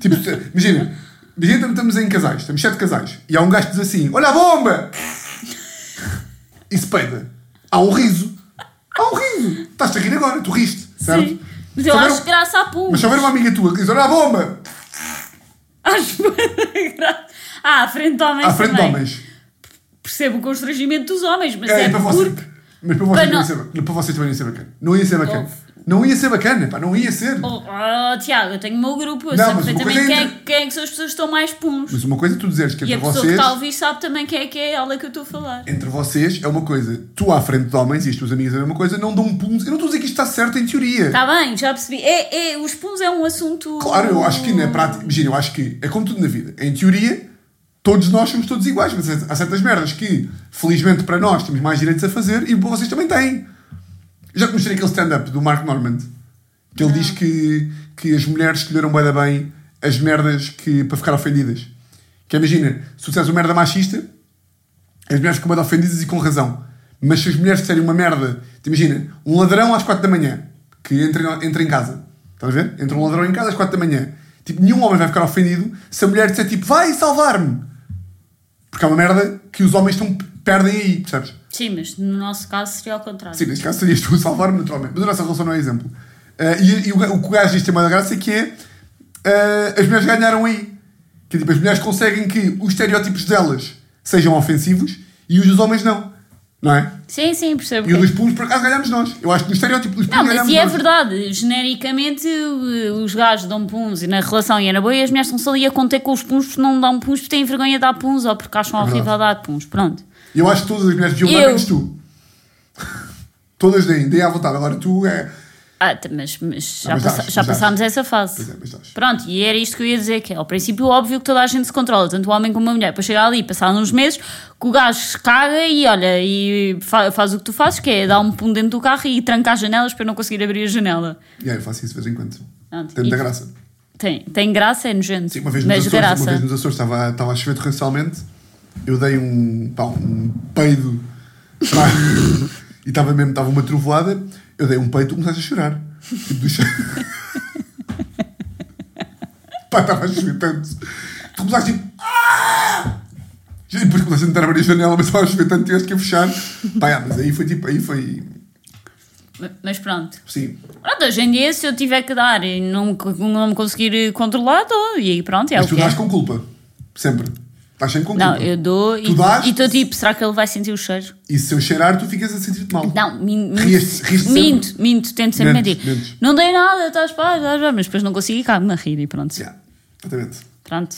Speaker 2: Tipo, se- imagina, imagina que estamos em casais, estamos sete casais, e há um gajo que diz assim: Olha a bomba! E se peida. Há um riso. Há um riso. Estás-te a rir agora, tu riste, certo?
Speaker 3: Sim. Mas eu
Speaker 2: Se houver
Speaker 3: acho
Speaker 2: um-
Speaker 3: graça a puns.
Speaker 2: Mas se houver uma amiga tua que diz: Olha a bomba!
Speaker 3: Acho bué graça. Ah, à frente de homens
Speaker 2: À frente de
Speaker 3: também.
Speaker 2: homens.
Speaker 3: Percebo o constrangimento dos homens, mas
Speaker 2: É,
Speaker 3: é,
Speaker 2: e para você.
Speaker 3: porque...
Speaker 2: Mas para vocês,
Speaker 3: Para
Speaker 2: não...
Speaker 3: nó-
Speaker 2: ia ser, ba- para vocês também não ia ser bacana. Não ia ser bacana.
Speaker 3: Ouve.
Speaker 2: Não ia ser bacana, pá, não ia ser.
Speaker 3: Oh, oh, Tiago, eu tenho o meu grupo, eu
Speaker 2: Não, mas
Speaker 3: sei
Speaker 2: uma
Speaker 3: perfeitamente
Speaker 2: coisa é
Speaker 3: quem, é,
Speaker 2: entre-
Speaker 3: quem é que são as pessoas que estão mais puns.
Speaker 2: Mas uma coisa é tu dizeres que
Speaker 3: e
Speaker 2: entre
Speaker 3: a pessoa que
Speaker 2: vocês,
Speaker 3: está a ouvir sabe também quem é que é ela que eu estou a falar.
Speaker 2: entre vocês é uma coisa. Tu à frente de homens e as tuas amigas é uma coisa, não dão puns. Eu não estou a dizer que isto está certo em teoria.
Speaker 3: Está Tá bem, já percebi. É, é, os puns é um assunto.
Speaker 2: Claro, eu acho que é na prática, imagina, eu acho que é como tudo na vida. Em teoria, todos nós somos todos iguais, mas há certas merdas que, felizmente para nós, temos mais direitos a fazer e vocês também têm. Eu já te mostrei aquele stand-up do Mark Normand, que ele diz que, que as mulheres escolheram bem, bem as merdas que, para ficar ofendidas. Que imagina, se tu disseres uma merda machista, as mulheres ficam bem ofendidas e com razão. Mas se as mulheres disserem uma merda, te imagina, um ladrão às 4 da manhã, que entra, em- entra em casa, estás a ver? Entra um ladrão em casa às 4 da manhã. Tipo, nenhum homem vai ficar ofendido se a mulher disser tipo, vai salvar-me. Porque é uma merda que os homens estão, perdem aí, percebes?
Speaker 3: Sim, mas no nosso caso seria ao contrário.
Speaker 2: Sim, neste caso serias um Eh, tu a salvar-me naturalmente. Mas a nossa relação não é exemplo. Ah, e, e o, ga- o que o gajo diz tem uma graça que é ah, as mulheres ganharam aí. Que tipo, as mulheres conseguem que os estereótipos delas sejam ofensivos e os dos homens não. Não é?
Speaker 3: Sim, sim, percebo.
Speaker 2: E o
Speaker 3: que-
Speaker 2: dos pulos, por acaso, ganhámos nós. Eu acho que no estereótipo dos
Speaker 3: Não,
Speaker 2: pulos
Speaker 3: mas
Speaker 2: ganhámos
Speaker 3: e é
Speaker 2: nós.
Speaker 3: verdade, genericamente eh, os gajos dão puns e na relação e é na boa e as mulheres estão só ali a conter com os puns porque não dão puns porque têm vergonha de dar puns ou porque acham
Speaker 2: verdade.
Speaker 3: horrível dar puns. Pronto.
Speaker 2: Eu acho que todas as mulheres deviam dar
Speaker 3: Eu.
Speaker 2: menos tu. Todas deem, deem à vontade. Agora tu é.
Speaker 3: Ah, tá, mas, mas já,
Speaker 2: mas
Speaker 3: passa-
Speaker 2: dás,
Speaker 3: já
Speaker 2: mas dás.
Speaker 3: passámos essa fase.
Speaker 2: Pois é, mas dás.
Speaker 3: Pronto, e era isto que eu ia dizer: que é ao princípio óbvio que toda a gente se controla, tanto o homem como a mulher. Para chegar ali, passar uns meses, que o gajo se caga e olha, e fa- faz o que tu fazes, que é dar um pum dentro do carro e trancar as janelas para eu não conseguir abrir a janela.
Speaker 2: E aí eu faço isso de vez em quando.
Speaker 3: Pronto,
Speaker 2: Tem muita
Speaker 3: e-
Speaker 2: graça.
Speaker 3: Tem, tem graça, é nojento.
Speaker 2: Sim, uma vez nos
Speaker 3: mas
Speaker 2: Açores,
Speaker 3: graça.
Speaker 2: uma vez nos Açores estava, estava a chover torrencialmente, eu dei um, pá, um peido pá, e estava mesmo, estava uma trovoada, eu dei um peito e começaste a chorar. Tipo, do chão. pá, estava a chover tanto. Tu começaste tipo. "Ah!" E depois começaste a tentar abrir a janela, mas estava a chover tanto, tiveste que a fechar. Pá, ah, mas aí foi tipo, aí foi.
Speaker 3: Mas pronto.
Speaker 2: Sim.
Speaker 3: Pronto, hoje em dia, se eu tiver que dar e não, não me conseguir controlar, dou. E aí pronto, é
Speaker 2: Mas
Speaker 3: o
Speaker 2: tu
Speaker 3: que é.
Speaker 2: dás com culpa. Sempre. Estás sempre com culpa.
Speaker 3: Não, eu dou
Speaker 2: Tu
Speaker 3: e
Speaker 2: dás
Speaker 3: e estou tipo, será que ele vai sentir o cheiro?
Speaker 2: e se eu cheirar, tu ficas a sentir-te mal.
Speaker 3: Não, min- minto,
Speaker 2: Rias- riste sempre?
Speaker 3: minto, minto, tento sempre
Speaker 2: Mentes,
Speaker 3: mentir.
Speaker 2: mentes.
Speaker 3: Não dei nada, estás pá, estás pá, mas depois não consegui, cago-me a rir e pronto.
Speaker 2: Yeah, exatamente.
Speaker 3: Pronto.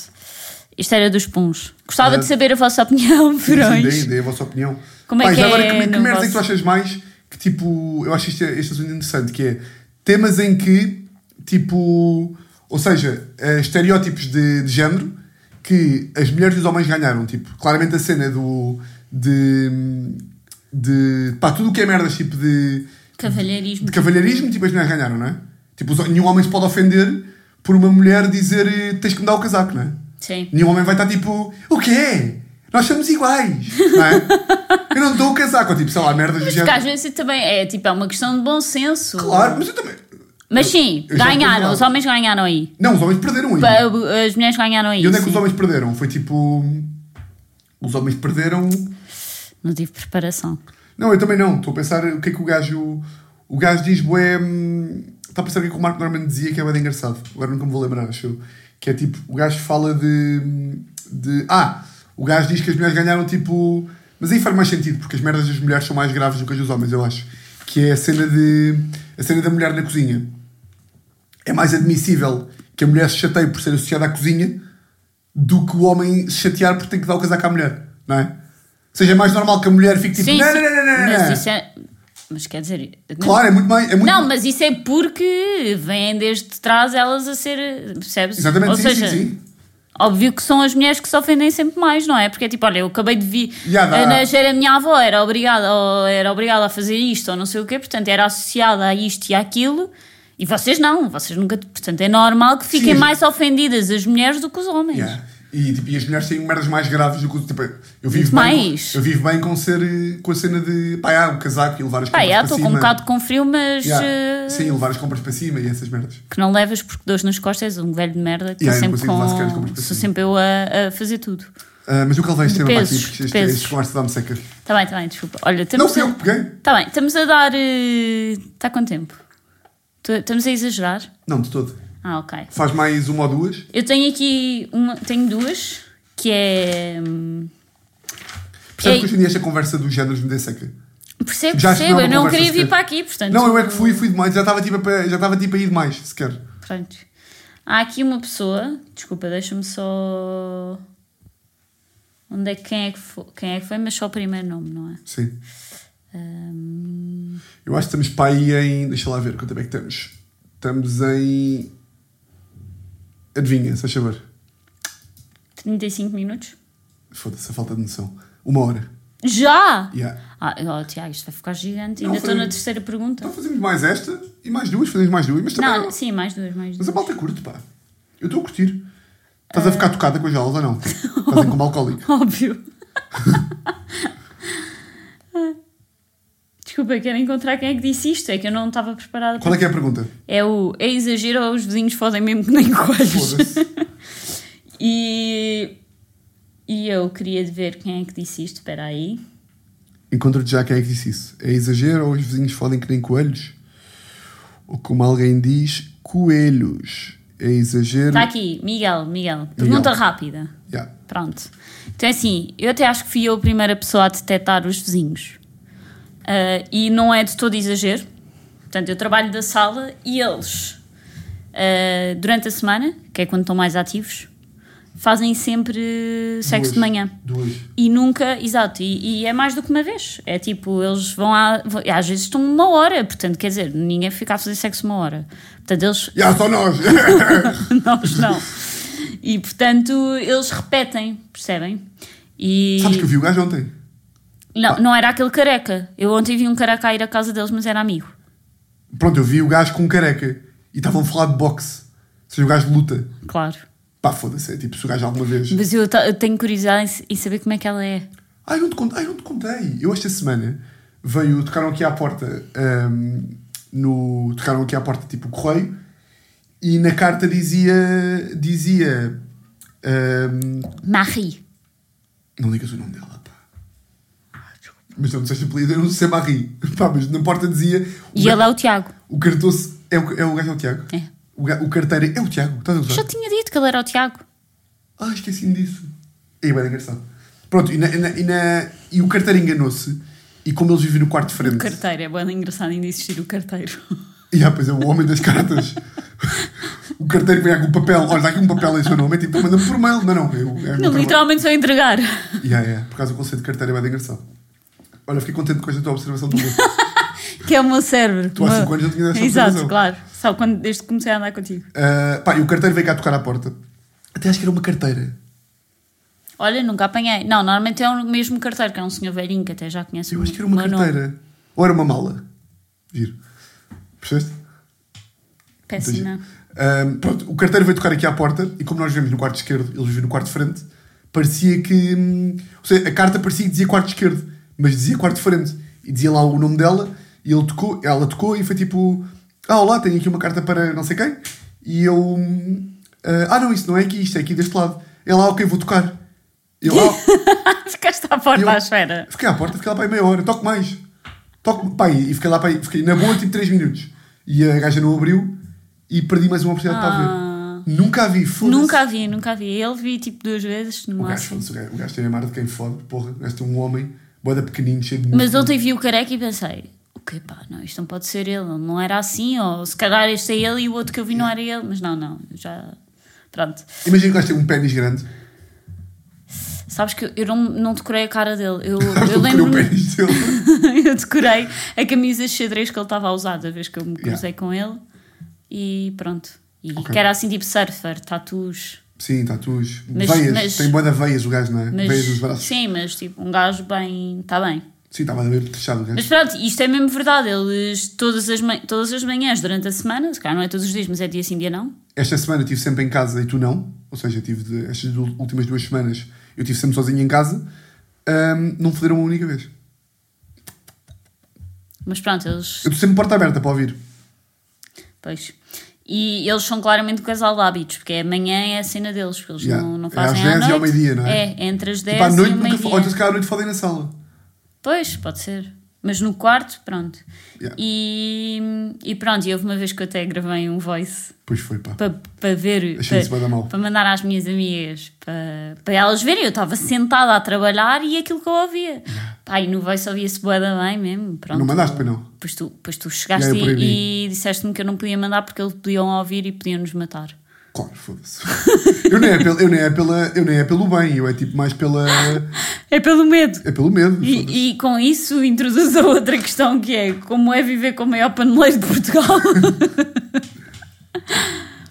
Speaker 3: Isto era dos puns. Gostava
Speaker 2: Ah.
Speaker 3: de saber a vossa opinião,
Speaker 2: Sim,
Speaker 3: Furões.
Speaker 2: Dei, dei a vossa opinião.
Speaker 3: Como é
Speaker 2: Pá,
Speaker 3: que
Speaker 2: já agora,
Speaker 3: é
Speaker 2: que, que
Speaker 3: no
Speaker 2: merda é que
Speaker 3: vosso-
Speaker 2: tu achas mais que tipo. Eu acho isto, este assunto interessante, que é temas em que, tipo. Ou seja, eh, estereótipos de, de género que as mulheres e os homens ganharam. Tipo, claramente a cena do. de. de. pá, tudo o que é merdas, tipo de.
Speaker 3: Cavalheirismo.
Speaker 2: de cavalheirismo, tipo, as mulheres ganharam, não é? Tipo, os- nenhum homem se pode ofender por uma mulher dizer eh, tens que me dar o casaco, não é?
Speaker 3: Sim.
Speaker 2: Nenhum homem vai estar tipo, o quê? Nós somos iguais, não é? Eu não dou o casaco, ou tipo, sei lá, merdas do
Speaker 3: Porque às
Speaker 2: género.
Speaker 3: vezes isso também é tipo, é uma questão de bom senso.
Speaker 2: Claro, mas eu também.
Speaker 3: Mas sim,
Speaker 2: Eu já
Speaker 3: ganharam,
Speaker 2: concordo.
Speaker 3: os homens ganharam aí.
Speaker 2: Não, os homens perderam
Speaker 3: Pa-
Speaker 2: ainda.
Speaker 3: As mulheres ganharam aí.
Speaker 2: E onde é que os
Speaker 3: sim.
Speaker 2: homens perderam? Foi tipo. Os homens perderam.
Speaker 3: Não tive preparação.
Speaker 2: Não, eu também não. Estou a pensar o que é que o gajo. O gajo diz, boé. Está a pensar o que é que o Marco Norman dizia que é bem engraçado. Agora nunca me vou lembrar, acho eu. Que é tipo, o gajo fala de. de ah, o gajo diz que as mulheres ganharam tipo. Mas aí faz mais sentido, porque as merdas das mulheres são mais graves do que as dos homens, eu acho. Que é a cena de. a cena da mulher na cozinha. É mais admissível que a mulher se chateie por ser associada à cozinha do que o homem se chatear porque tem que dar o casaco à mulher, não é? Ou seja, é mais normal que a mulher fique tipo.
Speaker 3: sim,
Speaker 2: não,
Speaker 3: sim.
Speaker 2: não, não, não, não, não,
Speaker 3: Mas
Speaker 2: não."
Speaker 3: isso é- Mas quer dizer.
Speaker 2: Claro, é muito mais. É muito
Speaker 3: Não, mas isso é porque vêm desde trás elas a ser. Percebes?
Speaker 2: Exatamente,
Speaker 3: Ou
Speaker 2: sim,
Speaker 3: seja,
Speaker 2: sim, sim.
Speaker 3: óbvio que são as mulheres que se ofendem sempre mais, não é? Porque é tipo, olha, eu acabei de vir.
Speaker 2: Já dá.
Speaker 3: a nascer a minha avó era obrigada, ou era obrigada a fazer isto ou não sei o quê, portanto era associada a isto e àquilo. E vocês não, vocês nunca. Portanto é normal que fiquem
Speaker 2: as-
Speaker 3: mais ofendidas as mulheres do que os homens.
Speaker 2: Yeah. E, tipo, e as mulheres têm merdas mais graves do que o- tipo, eu vivo
Speaker 3: Muito
Speaker 2: bem
Speaker 3: mais.
Speaker 2: Com, eu vivo bem com ser eh, com a cena de pá, ah, o casaco e levar as
Speaker 3: Pá,
Speaker 2: compras
Speaker 3: já,
Speaker 2: para
Speaker 3: estou
Speaker 2: cima.
Speaker 3: com um bocado com frio, mas.
Speaker 2: Yeah.
Speaker 3: eh,
Speaker 2: Sim, levar as compras para cima e essas merdas.
Speaker 3: que não levas porque dores nas costas, um velho de merda que
Speaker 2: Yeah, eu
Speaker 3: estou sempre
Speaker 2: consigo levar sequer as
Speaker 3: com.
Speaker 2: compras para
Speaker 3: Sou
Speaker 2: cima.
Speaker 3: sempre eu a, a fazer tudo.
Speaker 2: Ah, mas nunca levei este
Speaker 3: De
Speaker 2: tema para aqui
Speaker 3: pesos,
Speaker 2: porque
Speaker 3: de
Speaker 2: este,
Speaker 3: pesos.
Speaker 2: este conversa dá-me seca.
Speaker 3: Está Tá bem, está bem, desculpa. Olha,
Speaker 2: Não
Speaker 3: estamos
Speaker 2: fui eu
Speaker 3: a...
Speaker 2: que peguei.
Speaker 3: Tá bem, estamos a dar. eh, Está quanto tempo? Tô- Estamos a exagerar?
Speaker 2: Não, de todo.
Speaker 3: Ah, ok.
Speaker 2: Faz mais uma ou duas.
Speaker 3: Eu tenho aqui uma, tenho duas, que é. hum,
Speaker 2: Percebe
Speaker 3: Ei.
Speaker 2: que hoje em dia esta conversa dos géneros me dê seca.
Speaker 3: Percebo,
Speaker 2: Já acho que
Speaker 3: percebo,
Speaker 2: não é uma
Speaker 3: eu não
Speaker 2: conversa
Speaker 3: queria vir
Speaker 2: sequer.
Speaker 3: para aqui, portanto.
Speaker 2: Não, eu é que fui, fui demais. Já estava tipo, a pé- já estava tipo a ir demais, sequer.
Speaker 3: Pronto. Há aqui uma pessoa, desculpa, deixa-me só. Onde é que quem é que foi? Quem é que foi, mas só o primeiro nome, não é?
Speaker 2: Sim.
Speaker 3: Hum,
Speaker 2: Eu acho que estamos para aí em. Deixa lá ver quanto é que estamos. Estamos em. Adivinha, se faz favor.
Speaker 3: 35 minutos?
Speaker 2: Foda-se, a falta de noção. Uma hora.
Speaker 3: Já!
Speaker 2: Yeah.
Speaker 3: Ah, oh, Tiago, isto vai ficar gigante.
Speaker 2: Não,
Speaker 3: Ainda estou
Speaker 2: foi-
Speaker 3: na terceira pergunta.
Speaker 2: Então fazemos mais esta e mais duas, fazemos mais duas, mas também. é um-
Speaker 3: Não, sim, mais duas, mais
Speaker 2: Mas
Speaker 3: duas.
Speaker 2: a malta curte, pá. Eu estou a curtir. Estás a ficar tocada com as aulas ou não? Fazem como alcoólico.
Speaker 3: Óbvio. Desculpa, quero encontrar quem é que disse isto. É que eu não estava preparada.
Speaker 2: Qual é que é a pergunta?
Speaker 3: É o é exagero ou os vizinhos fodem mesmo que nem coelhos?
Speaker 2: Foda-se.
Speaker 3: E, e eu queria ver quem é que disse isto. Espera aí.
Speaker 2: Encontro-te já quem é que disse isso. É exagero ou os vizinhos fodem que nem coelhos? Ou como alguém diz, coelhos. é exagero.
Speaker 3: Está Tá aqui, Miguel, Miguel. Pergunta
Speaker 2: Miguel.
Speaker 3: rápida.
Speaker 2: Yeah.
Speaker 3: Pronto. Então é assim, eu até acho que fui eu a primeira pessoa a detectar os vizinhos. Ah, e não é de todo exagero. Portanto, eu trabalho da sala e eles, ah, durante a semana, que é quando estão mais ativos, fazem sempre sexo
Speaker 2: Duas.
Speaker 3: de manhã.
Speaker 2: Duas.
Speaker 3: E nunca, exato, e, e é mais do que uma vez. É tipo, eles vão à. vão- às vezes estão uma hora, portanto, quer dizer, ninguém fica a fazer sexo uma hora. Portanto, eles
Speaker 2: Yeah, só nós!
Speaker 3: nós não. E portanto, eles repetem, percebem? E
Speaker 2: Sabes que eu vi o gajo ontem?
Speaker 3: não, não era aquele careca. Eu ontem vi um careca a ir à casa deles, mas era amigo.
Speaker 2: Pronto, eu vi o gajo com um careca e estavam a falar de boxe. Ou seja, o gajo de luta.
Speaker 3: Claro.
Speaker 2: Pá, foda-se, é tipo se o gajo alguma vez.
Speaker 3: Mas eu, ta- eu tenho curiosidade em s- em, saber como é que ela é.
Speaker 2: Ai, não te contei, ai, não te contei. Eu esta semana veio, tocaram aqui à porta, ahm, no, tocaram aqui à porta tipo correio e na carta dizia, dizia, ahm,
Speaker 3: Marie.
Speaker 2: não digas o nome dela, pá.
Speaker 3: Ah,
Speaker 2: Mas não disseste apelido, eu não sei Marie. Pá, mas na porta dizia, o,
Speaker 3: E
Speaker 2: ga-
Speaker 3: ele é o Tiago.
Speaker 2: o cartoço, é o, é o gajo é o Tiago?
Speaker 3: É.
Speaker 2: O, ga- o carteiro é o Tiago, estás a
Speaker 3: Eu já
Speaker 2: gostar?
Speaker 3: tinha dito que ele era o Tiago.
Speaker 2: Ah, esqueci-me disso. É bem engraçado. Pronto, e, na- e na- e na- e o carteiro enganou-se e como eles vivem no quarto de frente...
Speaker 3: O carteiro, é bem engraçado ainda existir o carteiro.
Speaker 2: E ah, pois é, o homem das cartas. o carteiro que vem com o papel. Olha, dá aqui um papel em seu nome. É tipo, manda-me por mail. Não, não. Eu, é o meu
Speaker 3: Não,
Speaker 2: trabalho.
Speaker 3: literalmente só entregar.
Speaker 2: Yeah, yeah. Por causa do conceito de carteiro é bem engraçado. Olha, fiquei contente com esta tua observação do mundo.
Speaker 3: Que é o meu cérebro.
Speaker 2: Tu há
Speaker 3: Meu-
Speaker 2: cinco anos já tinha essa
Speaker 3: Exato,
Speaker 2: observação.
Speaker 3: claro. Só quando, desde que comecei a andar contigo.
Speaker 2: Ah, pá, e o carteiro veio cá tocar à porta. Até acho que era uma carteira.
Speaker 3: Olha, nunca apanhei. Não, normalmente é o mesmo carteiro, que é um senhor velhinho que até já conhece
Speaker 2: Eu
Speaker 3: o
Speaker 2: acho que era uma
Speaker 3: meu é nome.
Speaker 2: carteira. Ou era uma mala. Giro. Percebeste?
Speaker 3: Péssima.
Speaker 2: Ahm, pronto, o carteiro veio tocar aqui à porta e como nós vivemos no quarto esquerdo, eles vivem no quarto de frente, parecia que. hum, ou seja, a carta parecia que dizia quarto esquerdo, mas dizia quarto de frente. E dizia lá o nome dela e ele tocou, ela tocou e foi tipo: Ah, olá, tenho aqui uma carta para não sei quem. E eu. hum, ah, ah, não, isso não é aqui, isto é aqui deste lado. Ela, ah, ok, vou tocar. Eu, ah,
Speaker 3: Oh. Ficaste à porta
Speaker 2: eu-
Speaker 3: Tá à espera.
Speaker 2: Fiquei à porta, fiquei lá para aí meia hora, toco mais. Toco, pá, e fiquei lá para aí, fiquei na boa tipo 3 minutos. E a gaja não abriu e perdi mais uma oportunidade
Speaker 3: Ah.
Speaker 2: para ver. Nunca a vi, foda-se.
Speaker 3: Nunca a vi, nunca a vi. Ele vi tipo duas vezes no
Speaker 2: O gajo,
Speaker 3: máximo.
Speaker 2: foda-se, o gajo, o gajo tem a mar de quem fode, porra. O gajo tem um homem, boda pequenino, cheio de
Speaker 3: Mas
Speaker 2: músculo.
Speaker 3: ontem vi o careca e pensei: o que pá, não, isto não pode ser ele, ele não era assim, ou se calhar este é ele e o outro que eu vi não era ele. Mas não, não, eu já. Pronto.
Speaker 2: Imagina que o gajo tem um pênis grande.
Speaker 3: Sabes que eu- eu não, não decorei a cara dele. Eu,
Speaker 2: Estás
Speaker 3: eu
Speaker 2: a comer o
Speaker 3: lembro-me.
Speaker 2: pênis dele.
Speaker 3: eu decorei a camisa xadrez que ele estava a usar da vez que eu me cruzei com ele e pronto. E
Speaker 2: Ok.
Speaker 3: que era assim tipo surfer, tatus.
Speaker 2: Sim, tatus.
Speaker 3: Mas-
Speaker 2: Veias,
Speaker 3: mas-
Speaker 2: tem boda veias o gajo, não é?
Speaker 3: Mas,
Speaker 2: Veias nos braços.
Speaker 3: Sim, mas tipo um gajo bem. Está bem.
Speaker 2: Sim, estava bem petrechado o gajo.
Speaker 3: Mas pronto, isto é mesmo verdade. Eles todas as, ma- todas as manhãs durante a semana, se calhar não é todos os dias, mas é dia sim, dia não.
Speaker 2: Esta semana eu estive sempre em casa e tu não. Ou seja, eu tive de- estas du- últimas duas semanas eu estive sempre sozinho em casa. Ahm, não federam uma única vez.
Speaker 3: Mas pronto, eles.
Speaker 2: Eu estou sempre porta aberta para ouvir.
Speaker 3: Pois. E eles são claramente o casal de hábitos, porque amanhã é a cena deles, porque eles
Speaker 2: Yeah.
Speaker 3: não, não
Speaker 2: É
Speaker 3: fazem
Speaker 2: às 10 e ao
Speaker 3: noite.
Speaker 2: meio-dia, não é?
Speaker 3: É, entre as 10
Speaker 2: Tipo, à noite
Speaker 3: e o
Speaker 2: nunca fa- Ou então
Speaker 3: meio-dia.
Speaker 2: se calhar à noite falei na sala.
Speaker 3: Pois, pode ser. Mas no quarto, pronto.
Speaker 2: Yeah.
Speaker 3: E, e pronto, e houve uma vez que eu até gravei um voice
Speaker 2: Pois foi, pá.
Speaker 3: para para ver,
Speaker 2: Achei isso bué da mal.
Speaker 3: para, para mandar às minhas amigas, para, para elas verem. Eu estava sentada a trabalhar e aquilo que eu ouvia. Pá, e no voice ouvia-se bué da bem mesmo. Pronto.
Speaker 2: Não mandaste, pois não?
Speaker 3: Pois tu, pois tu chegaste
Speaker 2: Yeah, eu
Speaker 3: e,
Speaker 2: proibi.
Speaker 3: e disseste-me que eu não podia mandar porque eles podiam ouvir e podiam nos matar.
Speaker 2: Claro, foda-se. eu, nem é pelo, eu, nem é pela, eu nem é pelo bem, eu é tipo mais pela.
Speaker 3: É pelo medo.
Speaker 2: É pelo medo. foda-se.
Speaker 3: E, e com isso introduz a outra questão que é como é viver com o maior paneleiro de Portugal.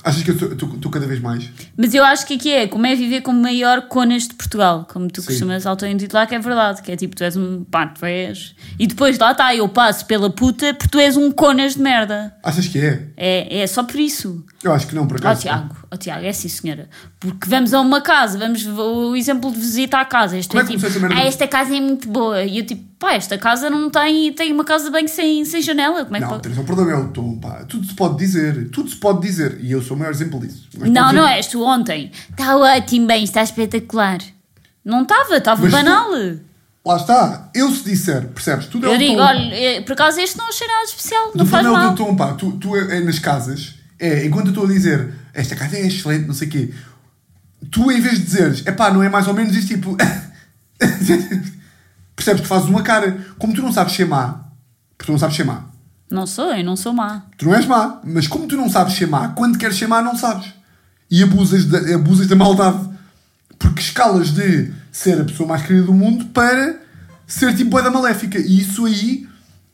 Speaker 2: Achas que eu estou cada vez mais?
Speaker 3: Mas eu acho que aqui é como é viver com o maior conas de Portugal, como tu
Speaker 2: Sim.
Speaker 3: costumas auto-intitular, que é verdade, que é tipo, tu és um pá, tu és. E depois lá está, eu passo pela puta porque tu és um conas de merda.
Speaker 2: Achas que é?
Speaker 3: É, é só por isso.
Speaker 2: Eu acho que não, por
Speaker 3: Ó
Speaker 2: acaso.
Speaker 3: Tiago, ó Tiago, é sim senhora. Porque vamos a uma casa, vamos o exemplo de visita à casa. Este
Speaker 2: Como é
Speaker 3: é
Speaker 2: que
Speaker 3: tipo,
Speaker 2: começou essa merda?
Speaker 3: ah, esta casa é muito boa. E eu tipo, pá, esta casa não tem, tem uma casa de banho sem, sem janela. Como é que
Speaker 2: não,
Speaker 3: pode-
Speaker 2: tens o problema é o tom, pá. Tudo se pode dizer. Tudo se pode dizer. E eu sou o maior exemplo disso. Mas
Speaker 3: Não,
Speaker 2: pode
Speaker 3: não
Speaker 2: dizer-
Speaker 3: és tu ontem. Está ótimo, bem, está espetacular. Não estava, estava
Speaker 2: Mas tu-
Speaker 3: banal.
Speaker 2: Lá está. Eu se disser, percebes? Tudo é
Speaker 3: Eu
Speaker 2: o
Speaker 3: digo,
Speaker 2: tom.
Speaker 3: olha, eh, por acaso este não achei nada de especial, não
Speaker 2: do
Speaker 3: faz
Speaker 2: tom é o
Speaker 3: mal.
Speaker 2: do tom, pá. Tu, tu é, é nas casas. É, enquanto eu estou a dizer, esta casa é excelente, não sei o quê. Tu, em vez de dizeres, epá, não é mais ou menos isto, tipo... Percebes? Tu fazes uma cara. Como tu não sabes ser má, porque tu não sabes ser má.
Speaker 3: Não sou, eu não sou má.
Speaker 2: Tu não és má, mas como tu não sabes ser má, quando queres ser má, não sabes. E abusas da, abusas da maldade. Porque escalas de ser a pessoa mais querida do mundo para ser tipo boa da maléfica. E isso aí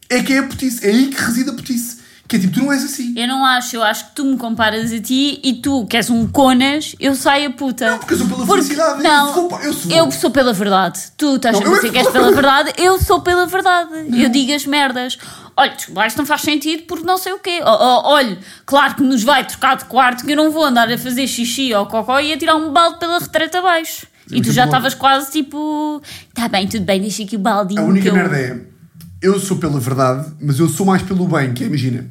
Speaker 2: é que é a putice. É aí que reside a putice. Que é tipo, tu não és assim.
Speaker 3: Eu não acho, eu acho que tu me comparas a ti e tu, que és um conas, eu saio a puta. Não,
Speaker 2: porque eu sou pela felicidade, eu
Speaker 3: Não,
Speaker 2: sou pa- eu sou-
Speaker 3: sou pela verdade. Tu estás
Speaker 2: Não,
Speaker 3: a
Speaker 2: eu é
Speaker 3: dizer
Speaker 2: que
Speaker 3: que és
Speaker 2: sou.
Speaker 3: pela verdade, eu sou pela verdade. Eu digo as merdas. Olha, desculpa, isto não faz sentido porque não sei o quê. Ó, ó, olha, claro que nos vai trocar de quarto que eu não vou andar a fazer xixi ou cocó e a tirar um balde pela retreta abaixo. E tu
Speaker 2: tipo
Speaker 3: já
Speaker 2: logo.
Speaker 3: estavas quase tipo... Tá bem, tudo bem, deixa aqui o baldinho
Speaker 2: A única
Speaker 3: que eu...
Speaker 2: merda é. Eu sou pela verdade, mas eu sou mais pelo bem. Que é, imagina.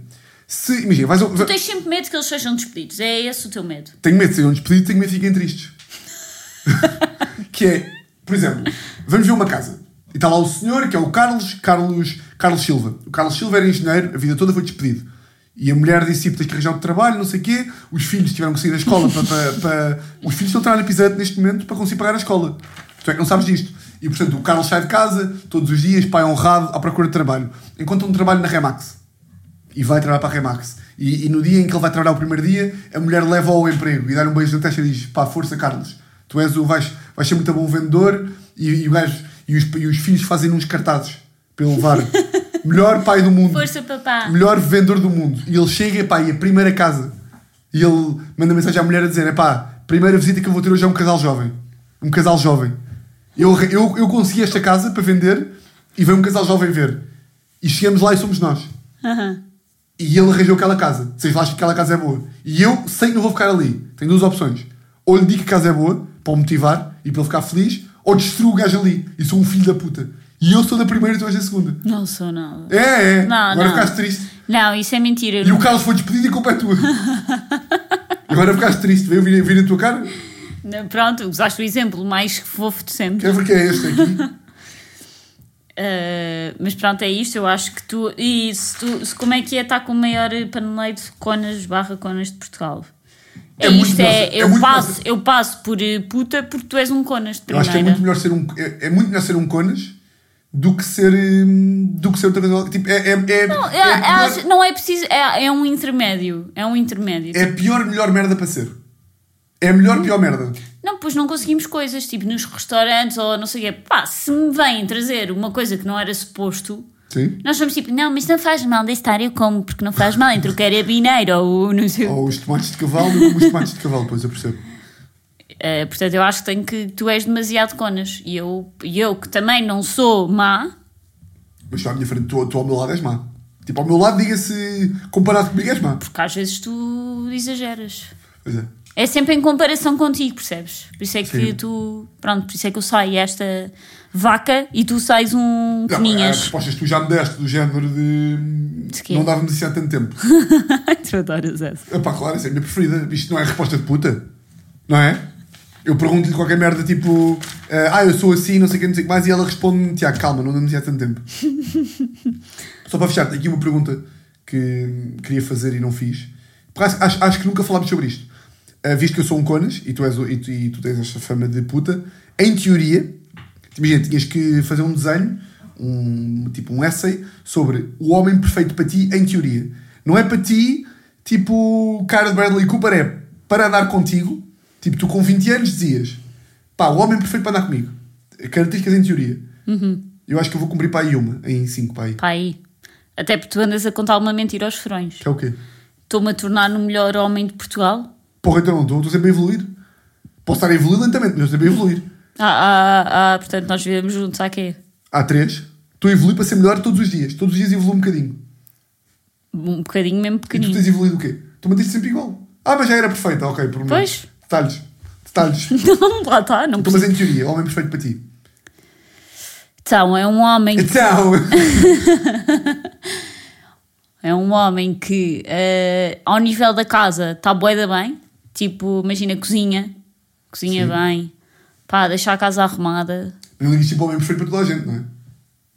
Speaker 2: Se, imagina, vais, ao-
Speaker 3: Tu tens sempre medo que eles sejam despedidos, é esse o teu medo.
Speaker 2: Tenho medo de sair um despedido, tenho medo de fiquem tristes. que é, por exemplo, vamos ver uma casa. E está lá o senhor, que é o Carlos, Carlos, Carlos Silva. O Carlos Silva era engenheiro, a vida toda foi despedido. E a mulher disse, tipo, tens que arranjar outro trabalho, não sei o quê. Os filhos tiveram que sair da escola para... para, para- Os filhos estão a trabalhar na pisante neste momento para conseguir pagar a escola. Tu é que não sabes disto. E, portanto, o Carlos sai de casa todos os dias, pai honrado, à procura de trabalho. Encontra um trabalho na Remax e vai trabalhar para a Remax. E, e no dia em que ele vai trabalhar o primeiro dia, a mulher leva-o ao emprego e dá-lhe um beijo na testa e diz: pá, força, Carlos, tu és o, vais, vais ser muito bom vendedor. E, e o gajo, e, os, e os filhos fazem uns cartazes para ele levar. Melhor pai do mundo.
Speaker 3: Força, papá.
Speaker 2: Melhor vendedor do mundo. E ele chega pá, e a primeira casa. E ele manda mensagem à mulher a dizer: "É pá, primeira visita que eu vou ter hoje é um casal jovem. Um casal jovem. Eu, eu, eu consegui esta casa para vender e veio um casal jovem ver. E chegamos lá e somos nós.
Speaker 3: Aham.
Speaker 2: E ele arranjou aquela casa. Vocês lá acham que aquela casa é boa. E eu sei que não vou ficar ali. Tenho duas opções. Ou lhe digo que a casa é boa, para o motivar e para ele ficar feliz, ou destruo o gajo ali. E sou um filho da puta. E eu sou da primeira e tu és da segunda.
Speaker 3: Não sou nada.
Speaker 2: É, é.
Speaker 3: Não,
Speaker 2: Agora
Speaker 3: não.
Speaker 2: ficaste triste.
Speaker 3: Não, isso é mentira.
Speaker 2: E o Carlos foi despedido e a culpa é tua. Agora ficaste triste. Veio vir, vir a tua cara.
Speaker 3: Não, Pronto, usaste o exemplo mais fofo de sempre.
Speaker 2: É porque é este aqui.
Speaker 3: Uh, mas pronto, é isto. Eu acho que tu. E se tu, se como é que é estar com o maior paneleiro de conas barra conas de Portugal? É,
Speaker 2: É muito
Speaker 3: isto, é,
Speaker 2: nossa- é
Speaker 3: eu,
Speaker 2: muito
Speaker 3: passo,
Speaker 2: nossa-
Speaker 3: eu passo por eh, puta porque tu és um conas de
Speaker 2: Eu acho
Speaker 3: primeira.
Speaker 2: que é muito melhor ser um, é, é muito melhor ser um conas do que ser, hum, do que ser outra coisa. Tipo, é, é, é,
Speaker 3: não, é,
Speaker 2: é
Speaker 3: é-
Speaker 2: melhor-
Speaker 3: acho- não é preciso. É, é um intermédio. É um intermédio.
Speaker 2: é a pior, melhor merda para ser. É a melhor, pior merda.
Speaker 3: Não, pois não conseguimos coisas, tipo nos restaurantes ou não sei o quê. Pá, se me vêm trazer uma coisa que não era suposto,
Speaker 2: Sim.
Speaker 3: Nós somos tipo, não, mas não faz mal de estar, eu como, porque não faz mal entre o carabineiro ou o não sei o
Speaker 2: Ou os tomates de cavalo, ou os tomates de cavalo, pois eu percebo.
Speaker 3: Eh, Portanto, eu acho que tenho que tu és demasiado conas. E eu, e eu que também não sou má,
Speaker 2: Mas tu à minha frente, tu, tu ao meu lado és má. Tipo, ao meu lado, diga-se, comparado comigo, és má.
Speaker 3: porque às vezes tu exageras.
Speaker 2: Pois é.
Speaker 3: É sempre em comparação contigo, percebes? Por isso é que
Speaker 2: Sim.
Speaker 3: tu. Pronto, por isso é que eu saio esta vaca e tu sais um
Speaker 2: Não, é tipo há
Speaker 3: coninhas.
Speaker 2: respostas que tu já me deste do género de.
Speaker 3: De quê?
Speaker 2: Não dávamos isso há tanto tempo.
Speaker 3: tu adoras essa.
Speaker 2: Epá, claro, essa é a minha preferida. Isto não é resposta de puta. Não é? Eu pergunto-lhe qualquer merda tipo, eh, ah, eu sou assim, não sei o que, não sei o que mais, e ela responde-me, Tiago, calma, não damos há tanto tempo. Só para fechar, tenho aqui uma pergunta que queria fazer e não fiz. Porque Acho, acho- acho que nunca falámos sobre isto. Eh, visto que eu sou um conas e tu, és, o- e, tu, e tu tens esta fama de puta, em teoria, imagina, tinhas que fazer um desenho, um, tipo um essay, sobre o homem perfeito para ti, em teoria. Não é para ti, tipo, cara de Bradley Cooper, é para andar contigo. Tipo, tu com 20 anos dizias, pá, o homem perfeito para andar comigo. Características em teoria. Eu acho que eu vou cumprir para aí uma, em 5 para aí.
Speaker 3: Pá, aí. Até porque tu andas a contar uma mentira aos frões.
Speaker 2: Que é o quê?
Speaker 3: Estou-me a tornar no melhor homem de Portugal.
Speaker 2: Porra, então não estou, estou sempre a evoluir. Posso estar a evoluir lentamente, mas estou sempre a evoluir.
Speaker 3: Ah, ah, ah, portanto, nós vivemos juntos há quê?
Speaker 2: Há três. Estou a evoluir para ser melhor todos os dias. Todos os dias evoluo um bocadinho.
Speaker 3: Um bocadinho mesmo
Speaker 2: E tu
Speaker 3: pequenino.
Speaker 2: tens evoluído o quê? Tu manteste sempre igual. Ah, mas já era perfeita, ok, por mim.
Speaker 3: Pois.
Speaker 2: Detalhes. Detalhes.
Speaker 3: Não, lá está, não
Speaker 2: então,
Speaker 3: precisa.
Speaker 2: mas em teoria, homem perfeito para ti.
Speaker 3: Então, é um homem,
Speaker 2: Então!
Speaker 3: é um homem que eh, ao nível da casa está boeda bem. Tipo, imagina, cozinha. Cozinha
Speaker 2: Sim.
Speaker 3: bem. Pá, deixar a casa arrumada.
Speaker 2: Não digas tipo homem perfeito para toda a gente, não é?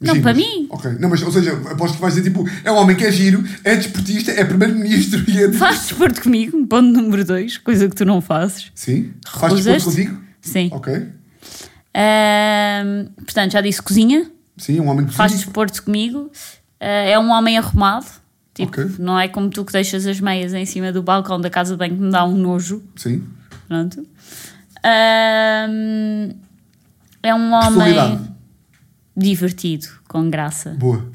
Speaker 3: Não,
Speaker 2: Giros.
Speaker 3: para mim.
Speaker 2: Ok. Não, mas, ou seja, aposto que vais dizer tipo, é um homem que é giro, é desportista, é primeiro-ministro e é. de-
Speaker 3: Faz desporto comigo, ponto número 2, coisa que tu não fazes.
Speaker 2: Sim? Faz desporto
Speaker 3: Recusaste?
Speaker 2: contigo?
Speaker 3: Sim.
Speaker 2: Ok.
Speaker 3: Ahm, portanto, já disse cozinha,
Speaker 2: Sim, é um homem que
Speaker 3: faz
Speaker 2: cozinha.
Speaker 3: desporto comigo, ah, é um homem arrumado. Tipo,
Speaker 2: Ok.
Speaker 3: não é como tu que deixas as meias em cima do balcão da casa de banho que me dá um nojo.
Speaker 2: Sim.
Speaker 3: Pronto. Ahm, é um
Speaker 2: Personalidade.
Speaker 3: homem divertido, com graça.
Speaker 2: Boa.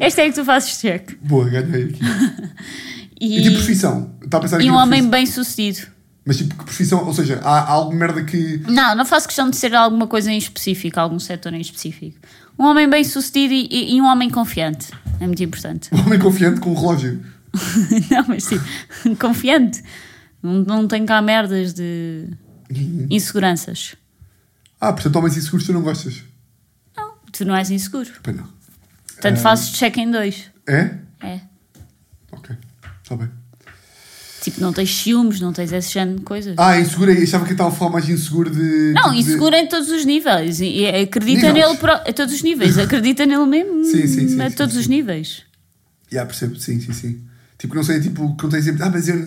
Speaker 3: Este é que tu fazes check.
Speaker 2: Boa, ganhei aqui. E,
Speaker 3: E,
Speaker 2: tipo profissão? Está a pensar
Speaker 3: e
Speaker 2: aqui
Speaker 3: um
Speaker 2: na
Speaker 3: homem
Speaker 2: profissão.
Speaker 3: bem sucedido.
Speaker 2: Mas tipo, que profissão? Ou seja, há, há algo de merda que.
Speaker 3: Não, não faço questão de ser alguma coisa em específico, algum setor em específico. Um homem bem sucedido e, e- e um homem confiante. É muito importante.
Speaker 2: Um homem confiante com um relógio.
Speaker 3: não, mas sim, confiante. Não, não tenho cá merdas de inseguranças.
Speaker 2: Ah, portanto, homens inseguros tu não gostas.
Speaker 3: Não, tu não és inseguro.
Speaker 2: Pá, não.
Speaker 3: Portanto, fazes check em dois.
Speaker 2: É?
Speaker 3: É.
Speaker 2: Ok. Está bem.
Speaker 3: Tipo, não tens ciúmes, não tens esse género de coisas.
Speaker 2: Ah, inseguro, eu achava que estava a falar mais inseguro de. tipo,
Speaker 3: não,
Speaker 2: de-
Speaker 3: inseguro em todos os níveis. E- e acredita
Speaker 2: Níveis.
Speaker 3: nele pro- a todos os níveis. Acredita nele mesmo
Speaker 2: Sim, sim, sim,
Speaker 3: a
Speaker 2: sim,
Speaker 3: todos
Speaker 2: sim.
Speaker 3: os níveis.
Speaker 2: Já percebo, sim, sim, sim. Tipo, não sei, tipo, que não tem sempre. Ah, mas eu.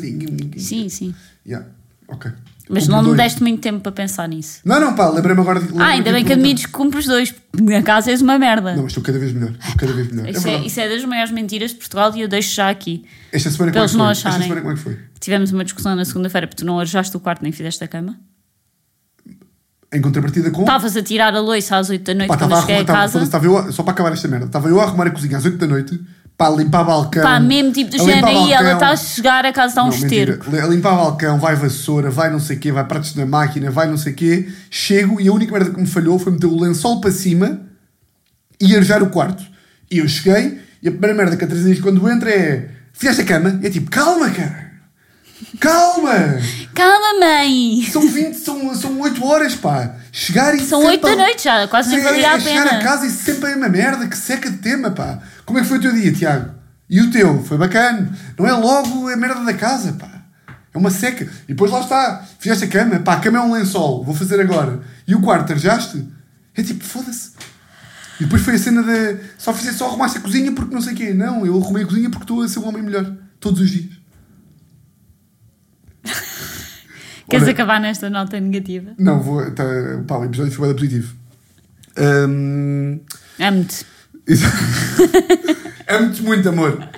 Speaker 3: Sim, sim.
Speaker 2: Yeah. Ok.
Speaker 3: Mas
Speaker 2: Compro
Speaker 3: não me
Speaker 2: dois.
Speaker 3: deste muito tempo para pensar nisso.
Speaker 2: Não, não, pá, lembrei-me agora de. lembrei-me
Speaker 3: Ah,
Speaker 2: de
Speaker 3: ainda bem que
Speaker 2: perguntar.
Speaker 3: admites que cumpres dois. Na casa és uma merda.
Speaker 2: Não, mas estou cada vez melhor. Estou cada vez melhor. É
Speaker 3: isso, é,
Speaker 2: verdade.
Speaker 3: isso é das maiores mentiras de Portugal e eu deixo já aqui.
Speaker 2: Esta semana como é
Speaker 3: Pelos
Speaker 2: que foi?
Speaker 3: não
Speaker 2: Esta
Speaker 3: acharem.
Speaker 2: semana como é que foi?
Speaker 3: Tivemos uma discussão na segunda-feira porque tu não arejaste o quarto nem fizeste a cama.
Speaker 2: Em contrapartida com.
Speaker 3: Estavas a tirar a loiça às 8 da noite
Speaker 2: Pá,
Speaker 3: quando
Speaker 2: estava a
Speaker 3: eu cheguei
Speaker 2: arrumar, estava,
Speaker 3: a é casa.
Speaker 2: foda-se, estava eu a- só para acabar esta merda, estava eu a arrumar a cozinha às 8 da noite, para limpar balcão.
Speaker 3: Pá, mesmo tipo do
Speaker 2: a limpar
Speaker 3: género aí, ela
Speaker 2: balcão.
Speaker 3: está a chegar, a casa está um
Speaker 2: Não, mentira.
Speaker 3: esteiro.
Speaker 2: Li- A limpar balcão, vai vassoura, vai não sei o quê, vai pratos na máquina, vai não sei o quê. Chego e a única merda que me falhou foi meter o lençol para cima e arejar o quarto. E eu cheguei e a primeira merda que a Teresa diz quando entra é fizeste a cama? E é tipo, calma, cara. Calma!
Speaker 3: Calma, mãe!
Speaker 2: São 20, são, são 8 horas, pá. Chegar e
Speaker 3: São
Speaker 2: sempre
Speaker 3: oito da
Speaker 2: a-
Speaker 3: noite já, quase
Speaker 2: Sim,
Speaker 3: nem
Speaker 2: é,
Speaker 3: valia a
Speaker 2: é chegar
Speaker 3: pena.
Speaker 2: a casa e sempre é uma merda, que seca de tema, pá. Como é que foi o teu dia, Tiago? E o teu? Foi bacana. Não é logo a merda da casa, pá. É uma seca. E depois lá está. Fizeste a cama. Pá, a cama é um lençol. Vou fazer agora. E o quarto, arjaste? É tipo, foda-se. E depois foi a cena da... Só fizeste, só arrumaste a cozinha porque não sei o quê. Não, eu arrumei a cozinha porque estou a ser um homem melhor. Todos os dias.
Speaker 3: Queres
Speaker 2: Olha-
Speaker 3: acabar nesta nota negativa?
Speaker 2: Não, vou. Tá, pá, o episódio foi bem positivo. Hum,
Speaker 3: Amo-te.
Speaker 2: isso- Amo-te é muito, amor.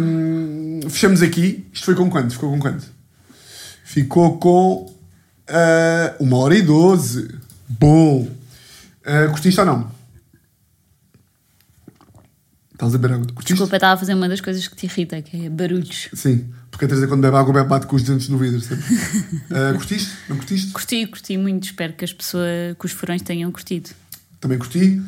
Speaker 2: Hum, fechamos aqui. Isto foi com quanto? Ficou com quanto? Ficou com. ah, uma hora e doze. Bom. Ah, curtiste ou não? Estás a beber água? Curtiste?
Speaker 3: Desculpa, estava a fazer uma das coisas que te irrita, que é barulhos.
Speaker 2: Sim, porque a Teresa quando bebe água bebe bate com os dentes no vidro. Sabe? Ah, curtiste? Não curtiste?
Speaker 3: Curti, curti muito. Espero que as pessoas, que os furões tenham curtido.
Speaker 2: Também curti.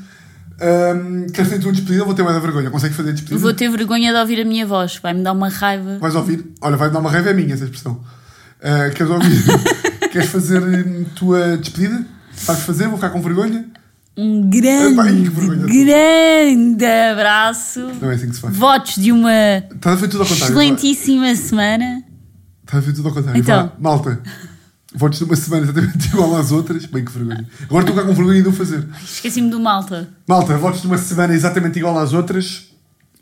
Speaker 2: Hum, queres ter tua despedida? Vou ter mais da vergonha. Consegue fazer a despedida?
Speaker 3: Vou ter vergonha de ouvir a minha voz, vai-me dar uma raiva.
Speaker 2: Vais ouvir? Olha, vai dar uma raiva a minha essa expressão. Ah, queres ouvir? queres fazer hum, tua despedida? Vais fazer? Vou ficar com vergonha?
Speaker 3: Um grande,
Speaker 2: Epá, que vergonha.
Speaker 3: grande abraço.
Speaker 2: Não é assim que se faz.
Speaker 3: Votos de uma
Speaker 2: Estás a ver tudo ao contrário. vá.
Speaker 3: excelentíssima semana.
Speaker 2: Estás a ver tudo ao contrário.
Speaker 3: Então.
Speaker 2: Vá, malta. Votes de uma semana exatamente igual às outras. Bem que vergonha. Agora estou cá com vergonha de o fazer.
Speaker 3: Esqueci-me do Malta.
Speaker 2: Malta, votos de uma semana exatamente igual às outras.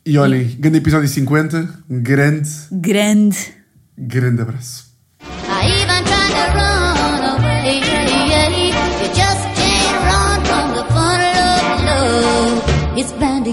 Speaker 2: E olhem, grande episódio 50. Um grande,
Speaker 3: Grande.
Speaker 2: grande abraço.
Speaker 4: I even tried to run away. You just can't run from the fun of love.
Speaker 1: It's bound to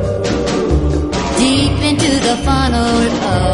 Speaker 4: love. Deep into the funnel of